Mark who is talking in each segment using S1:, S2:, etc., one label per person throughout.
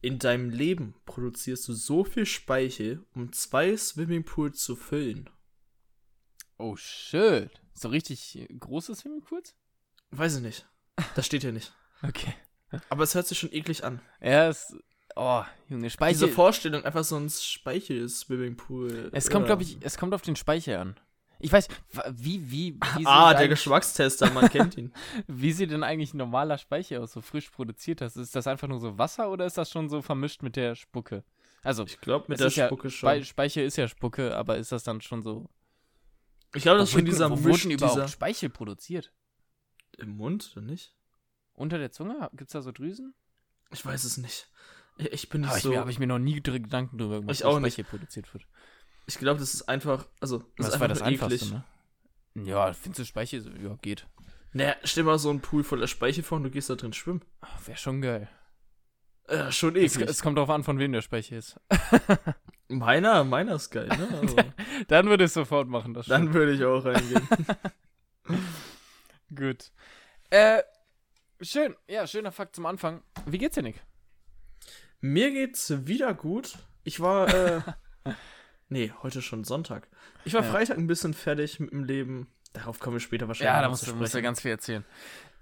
S1: In deinem Leben produzierst du so viel Speichel, um zwei Swimmingpools zu füllen.
S2: Oh, shit. So richtig äh, großes Swimmingpools?
S1: Weiß ich nicht. Das steht hier nicht.
S2: Okay.
S1: Aber es hört sich schon eklig an.
S2: Er ist. Oh, Junge, Speichel.
S1: Diese Vorstellung, einfach so ein Speichel-Swimmingpool. äh,
S2: es kommt,
S1: ja.
S2: glaube ich, es kommt auf den Speicher an. Ich weiß, wa- wie, wie, wie sieht
S1: Ah, der
S2: eigentlich-
S1: Geschmackstester, man kennt ihn.
S2: Wie sieht denn eigentlich ein normaler Speicher aus, so frisch produziert hast? Ist das einfach nur so Wasser oder ist das schon so vermischt mit der Spucke? Also,
S1: Ich glaube, mit
S2: es
S1: der
S2: ist ja,
S1: Spucke
S2: Spei
S1: schon.
S2: Speicher ist ja Spucke, aber ist das dann schon so.
S1: Ich glaube, das ist
S2: Wo
S1: schon
S2: wurden-
S1: dieser
S2: wo
S1: Misch,
S2: wurden überhaupt
S1: dieser...
S2: Speichel produziert?
S1: Im Mund, oder nicht?
S2: Unter der Zunge? Gibt es da so Drüsen?
S1: Ich weiß es nicht. Ich, ich bin nicht
S2: Habe ich,
S1: so...
S2: mir- hab ich mir noch nie dr- Gedanken drüber gemacht,
S1: Ich auch
S2: wie
S1: nicht.
S2: Speichel produziert wird.
S1: Ich glaube, das ist einfach... Also, das ist
S2: Das
S1: einfach
S2: war das
S1: nur eklig.
S2: Einfachste, ne? Ja, findest du Speichel? so- Ja, geht.
S1: Naja, stell mal so einen Pool voller Speichel vor und du gehst da drin schwimmen.
S2: Wäre schon geil.
S1: Äh, schon
S2: Es,
S1: eklig.
S2: es kommt darauf an, von wem der Speichel ist.
S1: meiner, meiner ist geil, ne? Also,
S2: Dann würde ich es sofort machen, das stimmt.
S1: dann würde ich auch reingehen.
S2: Gut. Äh, schön. Ja, schöner Fakt zum Anfang. Wie geht's dir, Nick?
S1: Mir geht's wieder gut. Ich war, äh, nee, heute schon Sonntag. Ich war
S2: Ja.
S1: Freitag ein bisschen fertig mit dem Leben. Darauf kommen wir später wahrscheinlich noch zu sprechen.
S2: ganz viel erzählen.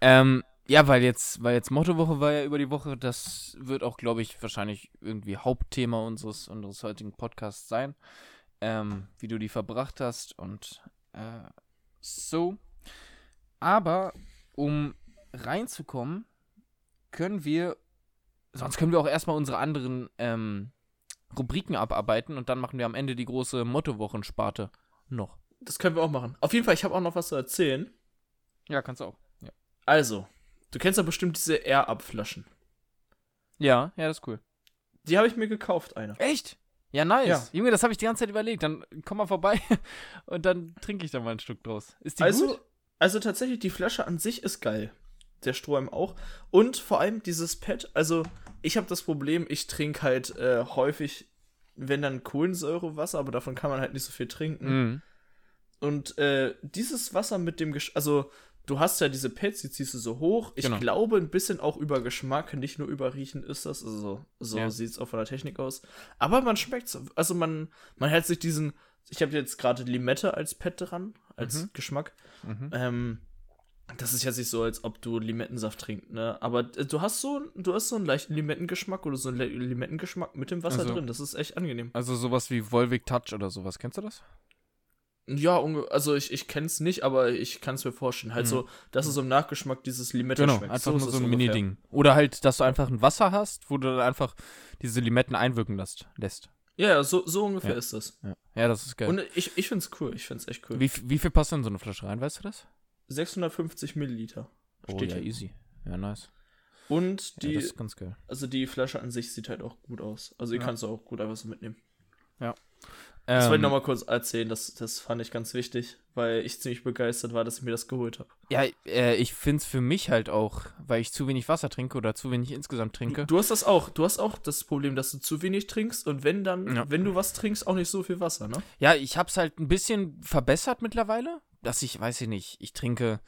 S2: Ähm, ja, weil jetzt, weil jetzt Mottowoche war ja über die Woche. Das wird auch, glaube ich, wahrscheinlich irgendwie Hauptthema unseres, unseres heutigen Podcasts sein. Ähm, wie du die verbracht hast und äh, so. Aber um reinzukommen, können wir, sonst können wir auch erstmal unsere anderen ähm, Rubriken abarbeiten und dann machen wir am Ende die große Mottowochen-Sparte noch.
S1: Das können wir auch machen. Auf jeden Fall, ich habe auch noch was zu erzählen.
S2: Ja, kannst du auch. Ja.
S1: Also, du kennst ja bestimmt diese Air-Up-Flaschen.
S2: ja, ja, das ist cool.
S1: Die habe ich mir gekauft, eine.
S2: Echt? Ja, nice.
S1: Ja.
S2: Junge, das habe ich die ganze Zeit überlegt. Dann komm mal vorbei und dann trinke ich da mal ein Stück draus. Ist die
S1: also,
S2: gut?
S1: also tatsächlich, die Flasche an sich ist geil. Der Strohhalm auch. Und vor allem dieses Pad. Also, ich habe das Problem, ich trinke halt äh, häufig, wenn dann Kohlensäurewasser, aber davon kann man halt nicht so viel trinken.
S2: Mhm.
S1: Und äh, dieses Wasser mit dem Gesch also du hast ja diese Pads, die ziehst du so hoch. Ich
S2: Genau.
S1: glaube ein bisschen auch über Geschmack, nicht nur über Riechen ist das. Also so
S2: Ja.
S1: sieht's auch von der Technik aus. Aber man schmeckt's. Also man man hält sich diesen. Ich habe jetzt gerade Limette als Pad dran, als
S2: Mhm.
S1: Geschmack.
S2: Mhm.
S1: Ähm, das ist jetzt nicht so, als ob du Limettensaft trinkst, ne? Aber äh, du hast so, du hast so einen leichten Limettengeschmack oder so einen le- Limettengeschmack mit dem Wasser
S2: Also-
S1: drin. Das ist echt angenehm.
S2: Also sowas wie Volvic Touch oder sowas. Kennst du das?
S1: Ja, unge- also ich, ich kenn's nicht, aber ich kann's mir vorstellen. Halt
S2: Mhm.
S1: so, dass es im Nachgeschmack dieses Limette
S2: genau,
S1: schmeckt.
S2: einfach
S1: ist
S2: nur
S1: es
S2: so ein
S1: ungefähr.
S2: Mini-Ding. Oder halt, dass du einfach ein Wasser hast, wo du dann einfach diese Limetten einwirken lässt. lässt.
S1: Ja, ja, so, so ungefähr
S2: Ja.
S1: ist das.
S2: Ja. ja, das ist geil.
S1: Und ich, ich find's cool, ich find's echt cool.
S2: wie, f- wie viel passt denn in so eine Flasche rein, weißt du das?
S1: 650 Milliliter steht hier.
S2: easy. Ja, nice.
S1: Und
S2: Ja,
S1: die,
S2: das ist ganz geil.
S1: also die Flasche an sich sieht halt auch gut aus. Also ihr
S2: Ja.
S1: kannst auch gut einfach so mitnehmen. Das
S2: Ähm,
S1: wollte ich nochmal kurz erzählen, das, das fand ich ganz wichtig, weil ich ziemlich begeistert war, dass ich mir das geholt habe.
S2: ja, äh, ich finde es für mich halt auch, weil ich zu wenig Wasser trinke oder zu wenig insgesamt trinke.
S1: Du, du hast das auch. Du hast auch das Problem, dass du zu wenig trinkst und wenn dann,
S2: Ja.
S1: wenn du was trinkst, auch nicht so viel Wasser, ne?
S2: Ja, ich hab's halt ein bisschen verbessert mittlerweile, dass ich, weiß ich nicht, ich trinke,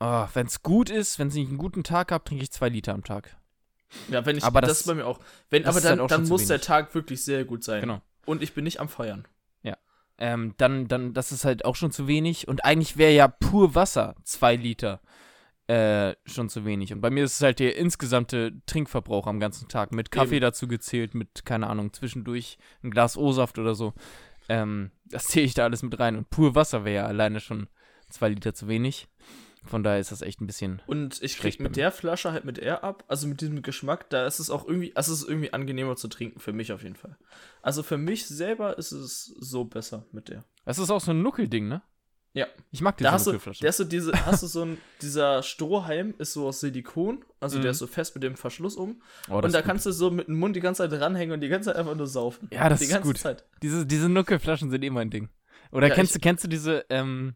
S2: oh, wenn's gut ist, wenn's nicht einen guten Tag hab, trinke ich zwei Liter am Tag.
S1: Ja, wenn ich
S2: Aber
S1: das,
S2: das-
S1: bei mir auch. Wenn,
S2: das
S1: aber
S2: ist
S1: dann,
S2: halt auch schon
S1: dann
S2: zu
S1: muss der
S2: wenig.
S1: Tag wirklich sehr gut sein.
S2: Genau.
S1: Und ich bin nicht am Feiern.
S2: Ähm, dann, dann, das ist halt auch schon zu wenig und eigentlich wäre ja pur Wasser zwei Liter äh, schon zu wenig. Und bei mir ist es halt der insgesamte Trinkverbrauch am ganzen Tag mit Kaffee
S1: Eben.
S2: dazu gezählt, mit, keine Ahnung, zwischendurch ein Glas O-Saft oder so. Ähm, das zähle ich da alles mit rein und pur Wasser wäre ja alleine schon zwei Liter zu wenig. Von daher ist das echt ein bisschen
S1: Und ich krieg
S2: Schlecht bei
S1: mit
S2: mir.
S1: der Flasche halt mit Air ab, also mit diesem Geschmack, da ist es auch irgendwie, also es ist irgendwie angenehmer zu trinken, für mich auf jeden Fall. Also für mich selber ist es so besser mit der.
S2: Das ist auch so ein Nuckelding, ne?
S1: Ja.
S2: Ich mag diese
S1: Da hast du,
S2: Nuckelflaschen.
S1: da hast du diese, hast du so ein, dieser Strohhalm ist so aus Silikon, also der
S2: Mhm.
S1: ist so fest mit dem Verschluss um.
S2: oh, das
S1: und
S2: ist
S1: da
S2: gut.
S1: kannst du so mit dem Mund die ganze Zeit ranhängen und die ganze Zeit einfach nur saufen.
S2: Ja, das
S1: die
S2: ist
S1: ganze
S2: gut.
S1: Zeit.
S2: diese, diese Nuckelflaschen sind immer ein Ding. Oder
S1: Ja,
S2: kennst,
S1: ich-
S2: du, kennst du diese ähm,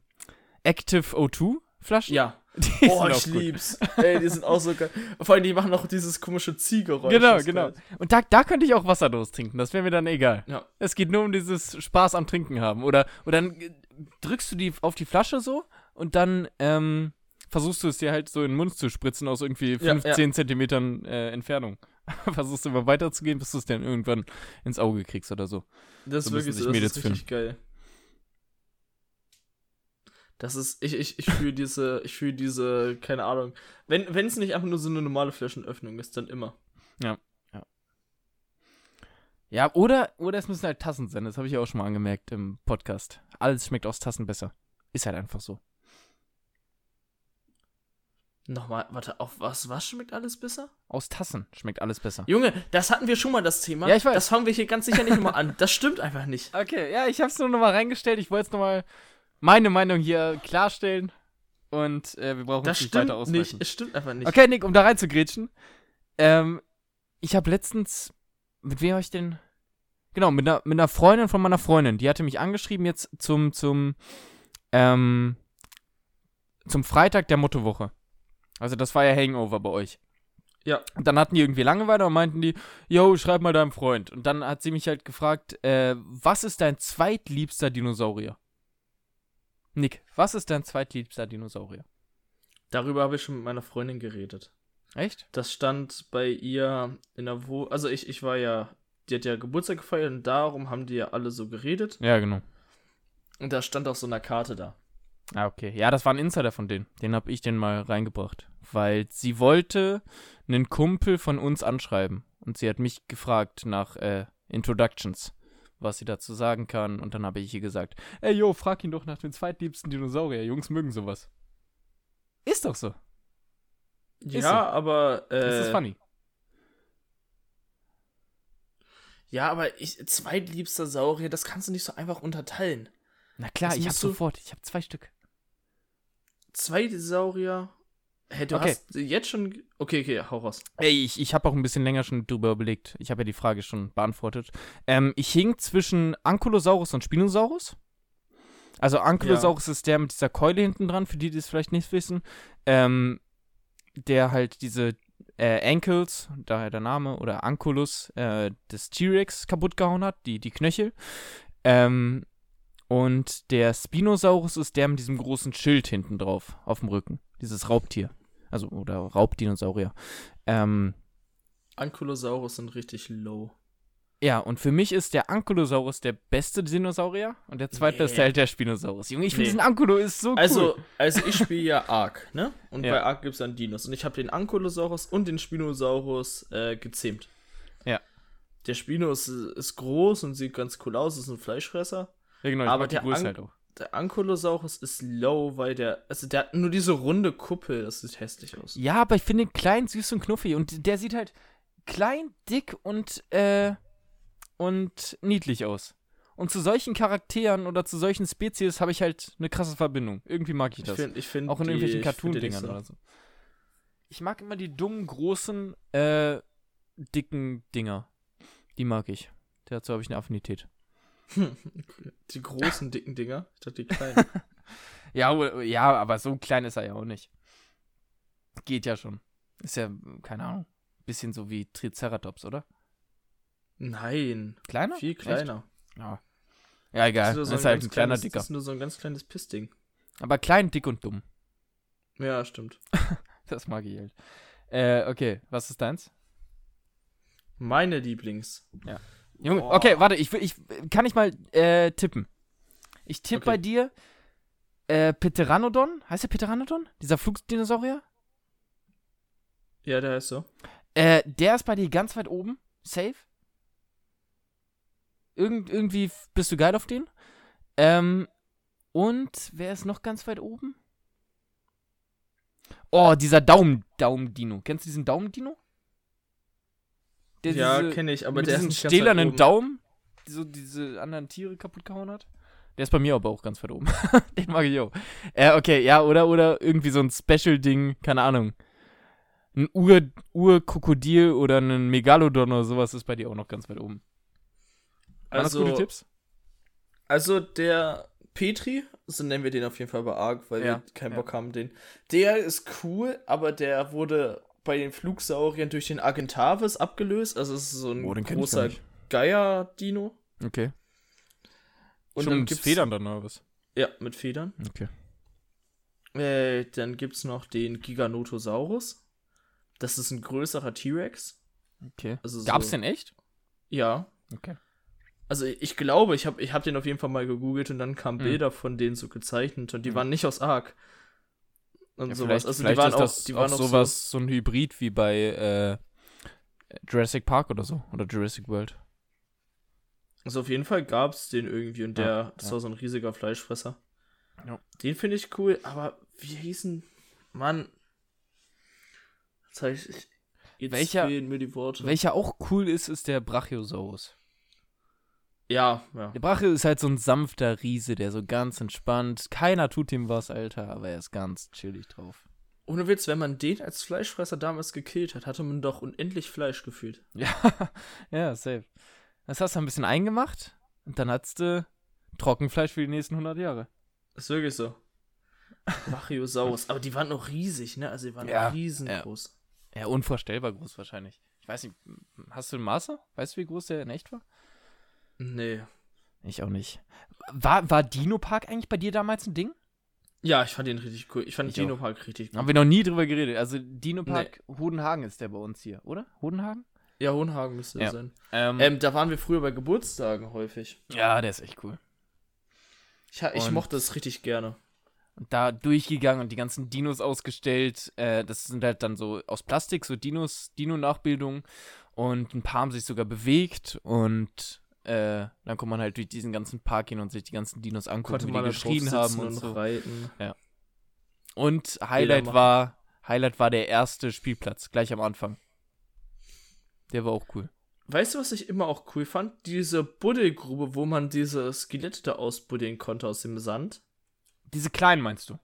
S2: Active O2-Flaschen?
S1: Ja.
S2: Die
S1: Oh,
S2: sind auch
S1: ich
S2: gut.
S1: lieb's. Ey, die sind auch so geil. Vor allem, die machen auch dieses komische Ziehgeräusch.
S2: Genau,
S1: das
S2: genau.
S1: geil.
S2: Und da, da könnte ich auch Wasser draus trinken, das wäre mir dann egal.
S1: Ja.
S2: Es geht nur um dieses Spaß am Trinken haben. Oder, oder dann äh, drückst du die auf die Flasche so und dann ähm, versuchst du es dir halt so in den Mund zu spritzen aus irgendwie
S1: Ja,
S2: 15
S1: ja.
S2: Zentimetern äh, Entfernung. versuchst immer weiterzugehen, bis du es dann irgendwann ins Auge kriegst oder so.
S1: Das
S2: So
S1: ist
S2: müssen
S1: wirklich
S2: sich
S1: so, das
S2: Mädels
S1: ist richtig geil. Das ist, ich, ich, ich fühle diese, ich fühle diese, keine Ahnung. Wenn wenn es nicht einfach nur so eine normale Flaschenöffnung ist, dann immer.
S2: Ja, oder, oder es müssen halt Tassen sein, das habe ich ja auch schon mal angemerkt im Podcast. Alles schmeckt aus Tassen besser. Ist halt einfach so.
S1: Nochmal, warte, auf was, was schmeckt alles besser?
S2: Aus Tassen schmeckt alles besser.
S1: Junge, das hatten wir schon mal das Thema.
S2: Ja, ich weiß.
S1: Das fangen wir hier ganz sicher nicht nochmal an. Das stimmt einfach nicht.
S2: Okay, ja, ich habe es nur nochmal reingestellt. Ich wollte jetzt nochmal meine Meinung hier klarstellen. Und äh, wir brauchen
S1: Das
S2: es nicht
S1: stimmt
S2: weiter ausweichen.
S1: nicht. Es stimmt einfach nicht.
S2: Okay, Nick, um da reinzugrätschen. Ähm, ich habe letztens. Mit wem habe ich denn. Genau, mit einer, mit einer Freundin von meiner Freundin. Die hatte mich angeschrieben jetzt zum. Zum, ähm, zum Freitag der Mottowoche. Also, das war ja Hangover bei euch.
S1: Ja.
S2: Und dann hatten die irgendwie Langeweile und meinten die, yo, schreib mal deinem Freund. Und dann hat sie mich halt gefragt, äh, was ist dein zweitliebster Dinosaurier? Nick, was ist dein zweitliebster Dinosaurier?
S1: Darüber habe ich schon mit meiner Freundin geredet.
S2: Echt?
S1: Das stand bei ihr in der Wo. Also ich, ich war ja. Die hat ja Geburtstag gefeiert und darum haben die ja alle so geredet.
S2: Ja, genau.
S1: Und da stand auch so eine Karte da.
S2: Ah, okay. Ja, das war ein Insider von denen. Den hab ich den mal reingebracht. Weil sie wollte einen Kumpel von uns anschreiben. Und sie hat mich gefragt nach äh, Introductions, was sie dazu sagen kann. Und dann habe ich ihr gesagt, ey, yo, frag ihn doch nach dem zweitliebsten Dinosaurier. Jungs mögen sowas. Ist doch so.
S1: Ja,
S2: so.
S1: aber. Äh,
S2: Das ist funny.
S1: Ja, aber ich, zweitliebster Saurier, das kannst du nicht so einfach unterteilen.
S2: Na klar,
S1: das
S2: ich hab
S1: musst du-
S2: sofort, ich hab zwei Stück.
S1: Zwei Saurier. Hä, du
S2: Okay.
S1: hast jetzt schon. Okay, okay, hau raus.
S2: Ey, ich, ich habe auch ein bisschen länger schon drüber überlegt. Ich habe ja die Frage schon beantwortet. Ähm, ich hing zwischen Ankylosaurus und Spinosaurus. Also Ankylosaurus ist der mit dieser Keule hinten dran, für die, die es vielleicht nicht wissen. Ähm, der halt diese äh, Ankles, daher der Name, oder Ankylos äh, des T-Rex kaputt gehauen hat, die, die Knöchel. Ähm, und der Spinosaurus ist der mit diesem großen Schild hinten drauf, auf dem Rücken. Dieses Raubtier. Also, oder Raubdinosaurier. Ähm,
S1: Ankylosaurus sind richtig low.
S2: ja, und für mich ist der Ankylosaurus der beste Dinosaurier und der zweitbeste
S1: Nee.
S2: halt der Spinosaurus. Junge, ich
S1: Nee.
S2: finde diesen Ankylo ist so Oh, cool.
S1: Also, also ich spiele ja Ark, ne? Und
S2: Ja.
S1: bei Ark gibt es dann Dinos. Und ich habe den Ankylosaurus und den Spinosaurus äh, gezähmt.
S2: Ja.
S1: Der Spino ist, ist groß und sieht ganz cool aus, ist ein Fleischfresser.
S2: Ja, genau, ich
S1: aber
S2: mag die
S1: der
S2: Größe
S1: An-
S2: halt auch.
S1: Der Ankylosaurus ist low, weil der. Also der hat nur diese runde Kuppel, das sieht hässlich aus.
S2: Ja, aber ich finde ihn klein, süß und knuffig und der sieht halt klein, dick und, äh, und niedlich aus. Und zu solchen Charakteren oder zu solchen Spezies habe ich halt eine krasse Verbindung. Irgendwie mag ich
S1: Ich
S2: das.
S1: finde, ich find
S2: Auch in
S1: die-
S2: irgendwelchen
S1: ich find die nicht
S2: Cartoon-Dingern
S1: so.
S2: oder so. Ich mag immer die dummen, großen, äh, dicken Dinger. Die mag ich. Dazu habe ich eine Affinität.
S1: Die großen, dicken Dinger. Ich dachte, die kleinen.
S2: Ja, o- ja, aber so klein ist er ja auch nicht. Geht ja schon. Ist ja, keine Ahnung, bisschen so wie Triceratops, oder?
S1: Nein,
S2: Kleiner?
S1: viel
S2: Echt?
S1: kleiner.
S2: Ja. Ja, egal.
S1: ist nur
S2: Ist,
S1: so ein
S2: halt
S1: ganz
S2: ein kleiner
S1: kleines-
S2: Dicker.
S1: Das ist nur so ein ganz kleines Pissding.
S2: Aber klein, dick und dumm.
S1: Ja, stimmt.
S2: Das mag ich halt. Äh, okay, was ist deins?
S1: Meine Lieblings.
S2: Junge,
S1: Boah.
S2: okay, warte, ich, will- ich kann ich mal äh, tippen. Ich tippe
S1: Okay.
S2: bei dir äh, Pteranodon. Heißt der Pteranodon? Dieser Flugdinosaurier?
S1: Ja, der heißt so.
S2: Äh, der ist bei dir ganz weit oben. Safe. Irgend, irgendwie f- bist du geil auf den. Ähm, und wer ist noch ganz weit oben? Oh, dieser Daumen, Daumendino. Kennst du diesen Daumendino? Der
S1: ja,
S2: diese-
S1: kenne ich, aber
S2: mit
S1: der ist
S2: diesen
S1: nicht ganz weit
S2: stählernen
S1: oben.
S2: Daumen, die so diese anderen Tiere kaputt gehauen hat. Der ist bei mir aber auch ganz weit oben. Den mag ich auch. Äh, okay, ja, oder, oder irgendwie so ein Special-Ding, keine Ahnung. Ein Ur- Ur-Krokodil oder ein Megalodon oder sowas ist bei dir auch noch ganz weit oben. Waren das gute
S1: Also,
S2: Tipps?
S1: also der Petri, so nennen wir den auf jeden Fall bei Arg, weil
S2: Ja,
S1: wir keinen
S2: ja.
S1: Bock haben, den. Der ist cool, aber der wurde bei den Flugsauriern durch den Argentavis abgelöst. Also es ist so ein
S2: Oh, den kenn ich gar
S1: großer
S2: nicht.
S1: Geier-Dino.
S2: Okay.
S1: Und
S2: Schon
S1: dann
S2: mit
S1: gibt's-
S2: Federn dann oder was?
S1: Ja, mit Federn.
S2: Okay.
S1: Äh, dann gibt's noch den Giganotosaurus. Das ist ein größerer T-Rex.
S2: Okay.
S1: Also so-
S2: Gab's den echt?
S1: Ja.
S2: Okay.
S1: Also ich glaube, ich habe ich hab den auf jeden Fall mal gegoogelt und dann kamen
S2: Hm.
S1: Bilder von denen so gezeichnet und die
S2: Hm.
S1: waren nicht aus Ark. Und
S2: Ja,
S1: sowas.
S2: vielleicht
S1: Also die
S2: vielleicht
S1: waren
S2: ist
S1: auch,
S2: das
S1: die waren auch
S2: auch sowas, so ein Hybrid wie bei äh, Jurassic Park oder so. Oder Jurassic World.
S1: So, also auf jeden Fall gab es den irgendwie und der,
S2: Ja,
S1: das
S2: ja.
S1: war so ein riesiger Fleischfresser.
S2: Ja.
S1: Den finde ich cool, aber wie hießen, Mann. Jetzt, hab ich, ich- jetzt
S2: Welcher-
S1: fehlen mir die Worte.
S2: Welcher auch cool ist, ist der Brachiosaurus.
S1: ja, ja.
S2: Der Brache ist halt so ein sanfter Riese, der so ganz entspannt. Keiner tut ihm was, Alter, aber er ist ganz chillig drauf.
S1: Ohne Witz, wenn man den als Fleischfresser damals gekillt hat, hatte man doch unendlich Fleisch gefühlt.
S2: Ja, ja, safe. Das hast du ein bisschen eingemacht und dann hattest du Trockenfleisch für die nächsten 100 Jahre.
S1: Ist wirklich so. Brachiosaurus. Aber die waren auch riesig, ne? Also die waren
S2: Ja,
S1: auch riesengroß.
S2: Ja, unvorstellbar groß wahrscheinlich. Ich weiß nicht, hast du ein Maße? Weißt du, wie groß der in echt war?
S1: Nee.
S2: Ich auch nicht. War, war Dino Park eigentlich bei dir damals ein Ding?
S1: Ja, ich fand den richtig cool. Ich fand
S2: Ich
S1: Dino Park richtig cool.
S2: Haben wir noch nie drüber geredet. Also Dino Park Hodenhagen ist der bei uns hier, oder? Hodenhagen?
S1: Ja, Hohenhagen müsste
S2: Ja. Mhm.
S1: das sein. Ähm, da waren wir früher bei Geburtstagen häufig.
S2: ja, der ist echt cool.
S1: Ich, ha- ich
S2: Und-
S1: mochte es richtig gerne.
S2: Und da durchgegangen und die ganzen Dinos ausgestellt. Äh, das sind halt dann so aus Plastik, so Dinos, Dino-Nachbildungen. Und ein paar haben sich sogar bewegt. Und äh, dann kommt man halt durch diesen ganzen Park hin und sich die ganzen Dinos angucken,
S1: Konnte
S2: wie
S1: man
S2: die
S1: da drauf
S2: geschrien haben
S1: sitzen
S2: und
S1: und
S2: so.
S1: reiten.
S2: Und Highlight
S1: machen.
S2: war, Highlight war der erste Spielplatz, gleich am Anfang. Der war auch cool.
S1: Weißt du, was ich immer auch cool fand? Diese Buddelgrube, wo man diese Skelette da ausbuddeln konnte aus dem Sand.
S2: Diese kleinen meinst du?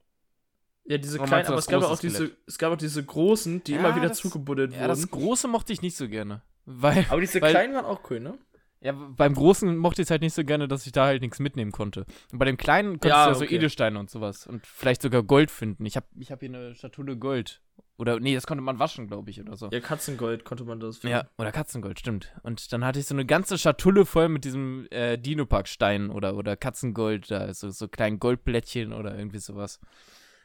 S1: Ja, diese
S2: Oder
S1: kleinen,
S2: Oh, meinst du
S1: aber
S2: das
S1: es gab,
S2: große
S1: auch diese,
S2: Skelett?
S1: es gab auch diese großen, die
S2: Ja,
S1: immer wieder
S2: das-
S1: zugebuddelt
S2: Ja, das
S1: wurden.
S2: große mochte ich nicht so gerne. Weil,
S1: Aber diese
S2: weil-
S1: kleinen waren auch cool, ne?
S2: ja, beim großen mochte ich es halt nicht so gerne, dass ich da halt nichts mitnehmen konnte. Und bei dem kleinen konntest
S1: Ja,
S2: du ja so
S1: okay.
S2: Edelsteine und sowas und vielleicht sogar Gold finden. Ich habe ich hab hier eine Schatulle Gold. Oder nee, das konnte man waschen, glaube ich, oder so.
S1: Ja, Katzengold konnte man das finden.
S2: Ja, oder Katzengold, stimmt. Und dann hatte ich so eine ganze Schatulle voll mit diesem äh, Dino-Park-Stein oder, oder Katzengold, da so, so kleinen Goldblättchen oder irgendwie sowas.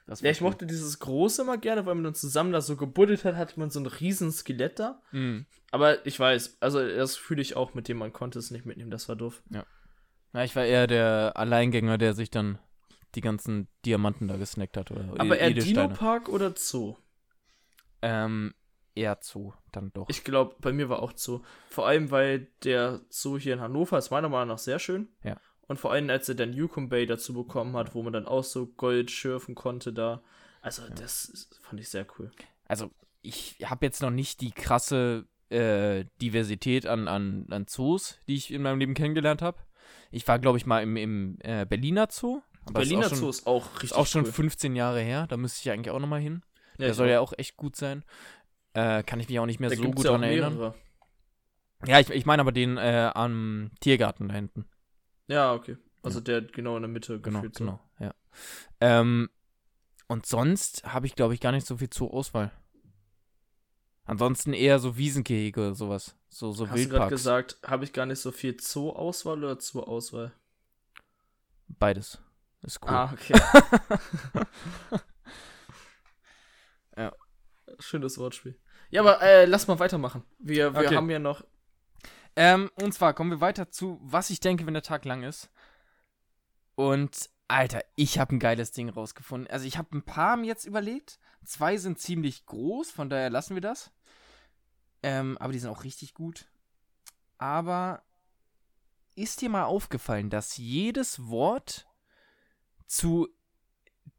S2: Das
S1: Ja,
S2: war
S1: ich
S2: cool.
S1: mochte dieses große immer gerne, weil man dann zusammen da so gebuddelt hat, hatte man so ein riesen Skelett da.
S2: Mhm.
S1: Aber ich weiß, also das fühle ich auch mit dem, man konnte es nicht mitnehmen, das war doof.
S2: Na, ich war eher der Alleingänger, der sich dann die ganzen Diamanten da gesnackt hat oder
S1: Aber eher
S2: Edelsteine.
S1: Dino-Park oder Zoo?
S2: Ähm, eher Zoo, dann doch.
S1: Ich glaube, bei mir war auch Zoo. Vor allem, weil der Zoo hier in Hannover ist meiner Meinung nach sehr schön.
S2: Ja.
S1: Und vor allem, als er dann Yukon Bay dazu bekommen hat, wo man dann auch so Gold schürfen konnte da. Also, das ist- fand ich sehr cool.
S2: also ich habe jetzt noch nicht die krasse äh, Diversität an, an, an Zoos, die ich in meinem Leben kennengelernt habe. Ich war, glaube ich, mal im, im äh, Berliner Zoo. aber das ist
S1: Berliner
S2: auch schon,
S1: Zoo ist auch
S2: ist
S1: richtig
S2: auch schon
S1: cool.
S2: 15 Jahre her. Da müsste ich ja eigentlich auch nochmal hin.
S1: Ja,
S2: der
S1: ich
S2: soll
S1: auch.
S2: ja auch echt gut sein. Äh, kann ich mich auch nicht mehr
S1: Da
S2: so
S1: gibt's
S2: gut
S1: ja auch
S2: dran erinnern.
S1: mehrere.
S2: Ja, ich, ich meine aber den äh, am Tiergarten da hinten.
S1: Ja, okay. Also der genau in der Mitte
S2: Genau,
S1: gefühlt so.
S2: genau, ja. Ähm, und sonst habe ich, glaube ich, gar nicht so viel zur Auswahl. Ansonsten eher so Wiesengehege, sowas. So, so
S1: Hast du gerade
S2: Wildparks.
S1: gesagt, habe ich gar nicht so viel Zoo-Auswahl oder Zoo-Auswahl?
S2: Beides. Ist cool.
S1: Ah, okay.
S2: Ja.
S1: Schönes Wortspiel. Ja, aber äh, lass mal weitermachen. Wir, wir
S2: Okay.
S1: haben ja noch.
S2: Ähm, und zwar kommen wir weiter zu, was ich denke, wenn der Tag lang ist. Und, Alter, ich habe ein geiles Ding rausgefunden. Also, ich habe ein paar mir jetzt überlegt. Zwei sind ziemlich groß, von daher lassen wir das. Ähm, aber die sind auch richtig gut. Aber ist dir mal aufgefallen, dass jedes Wort zu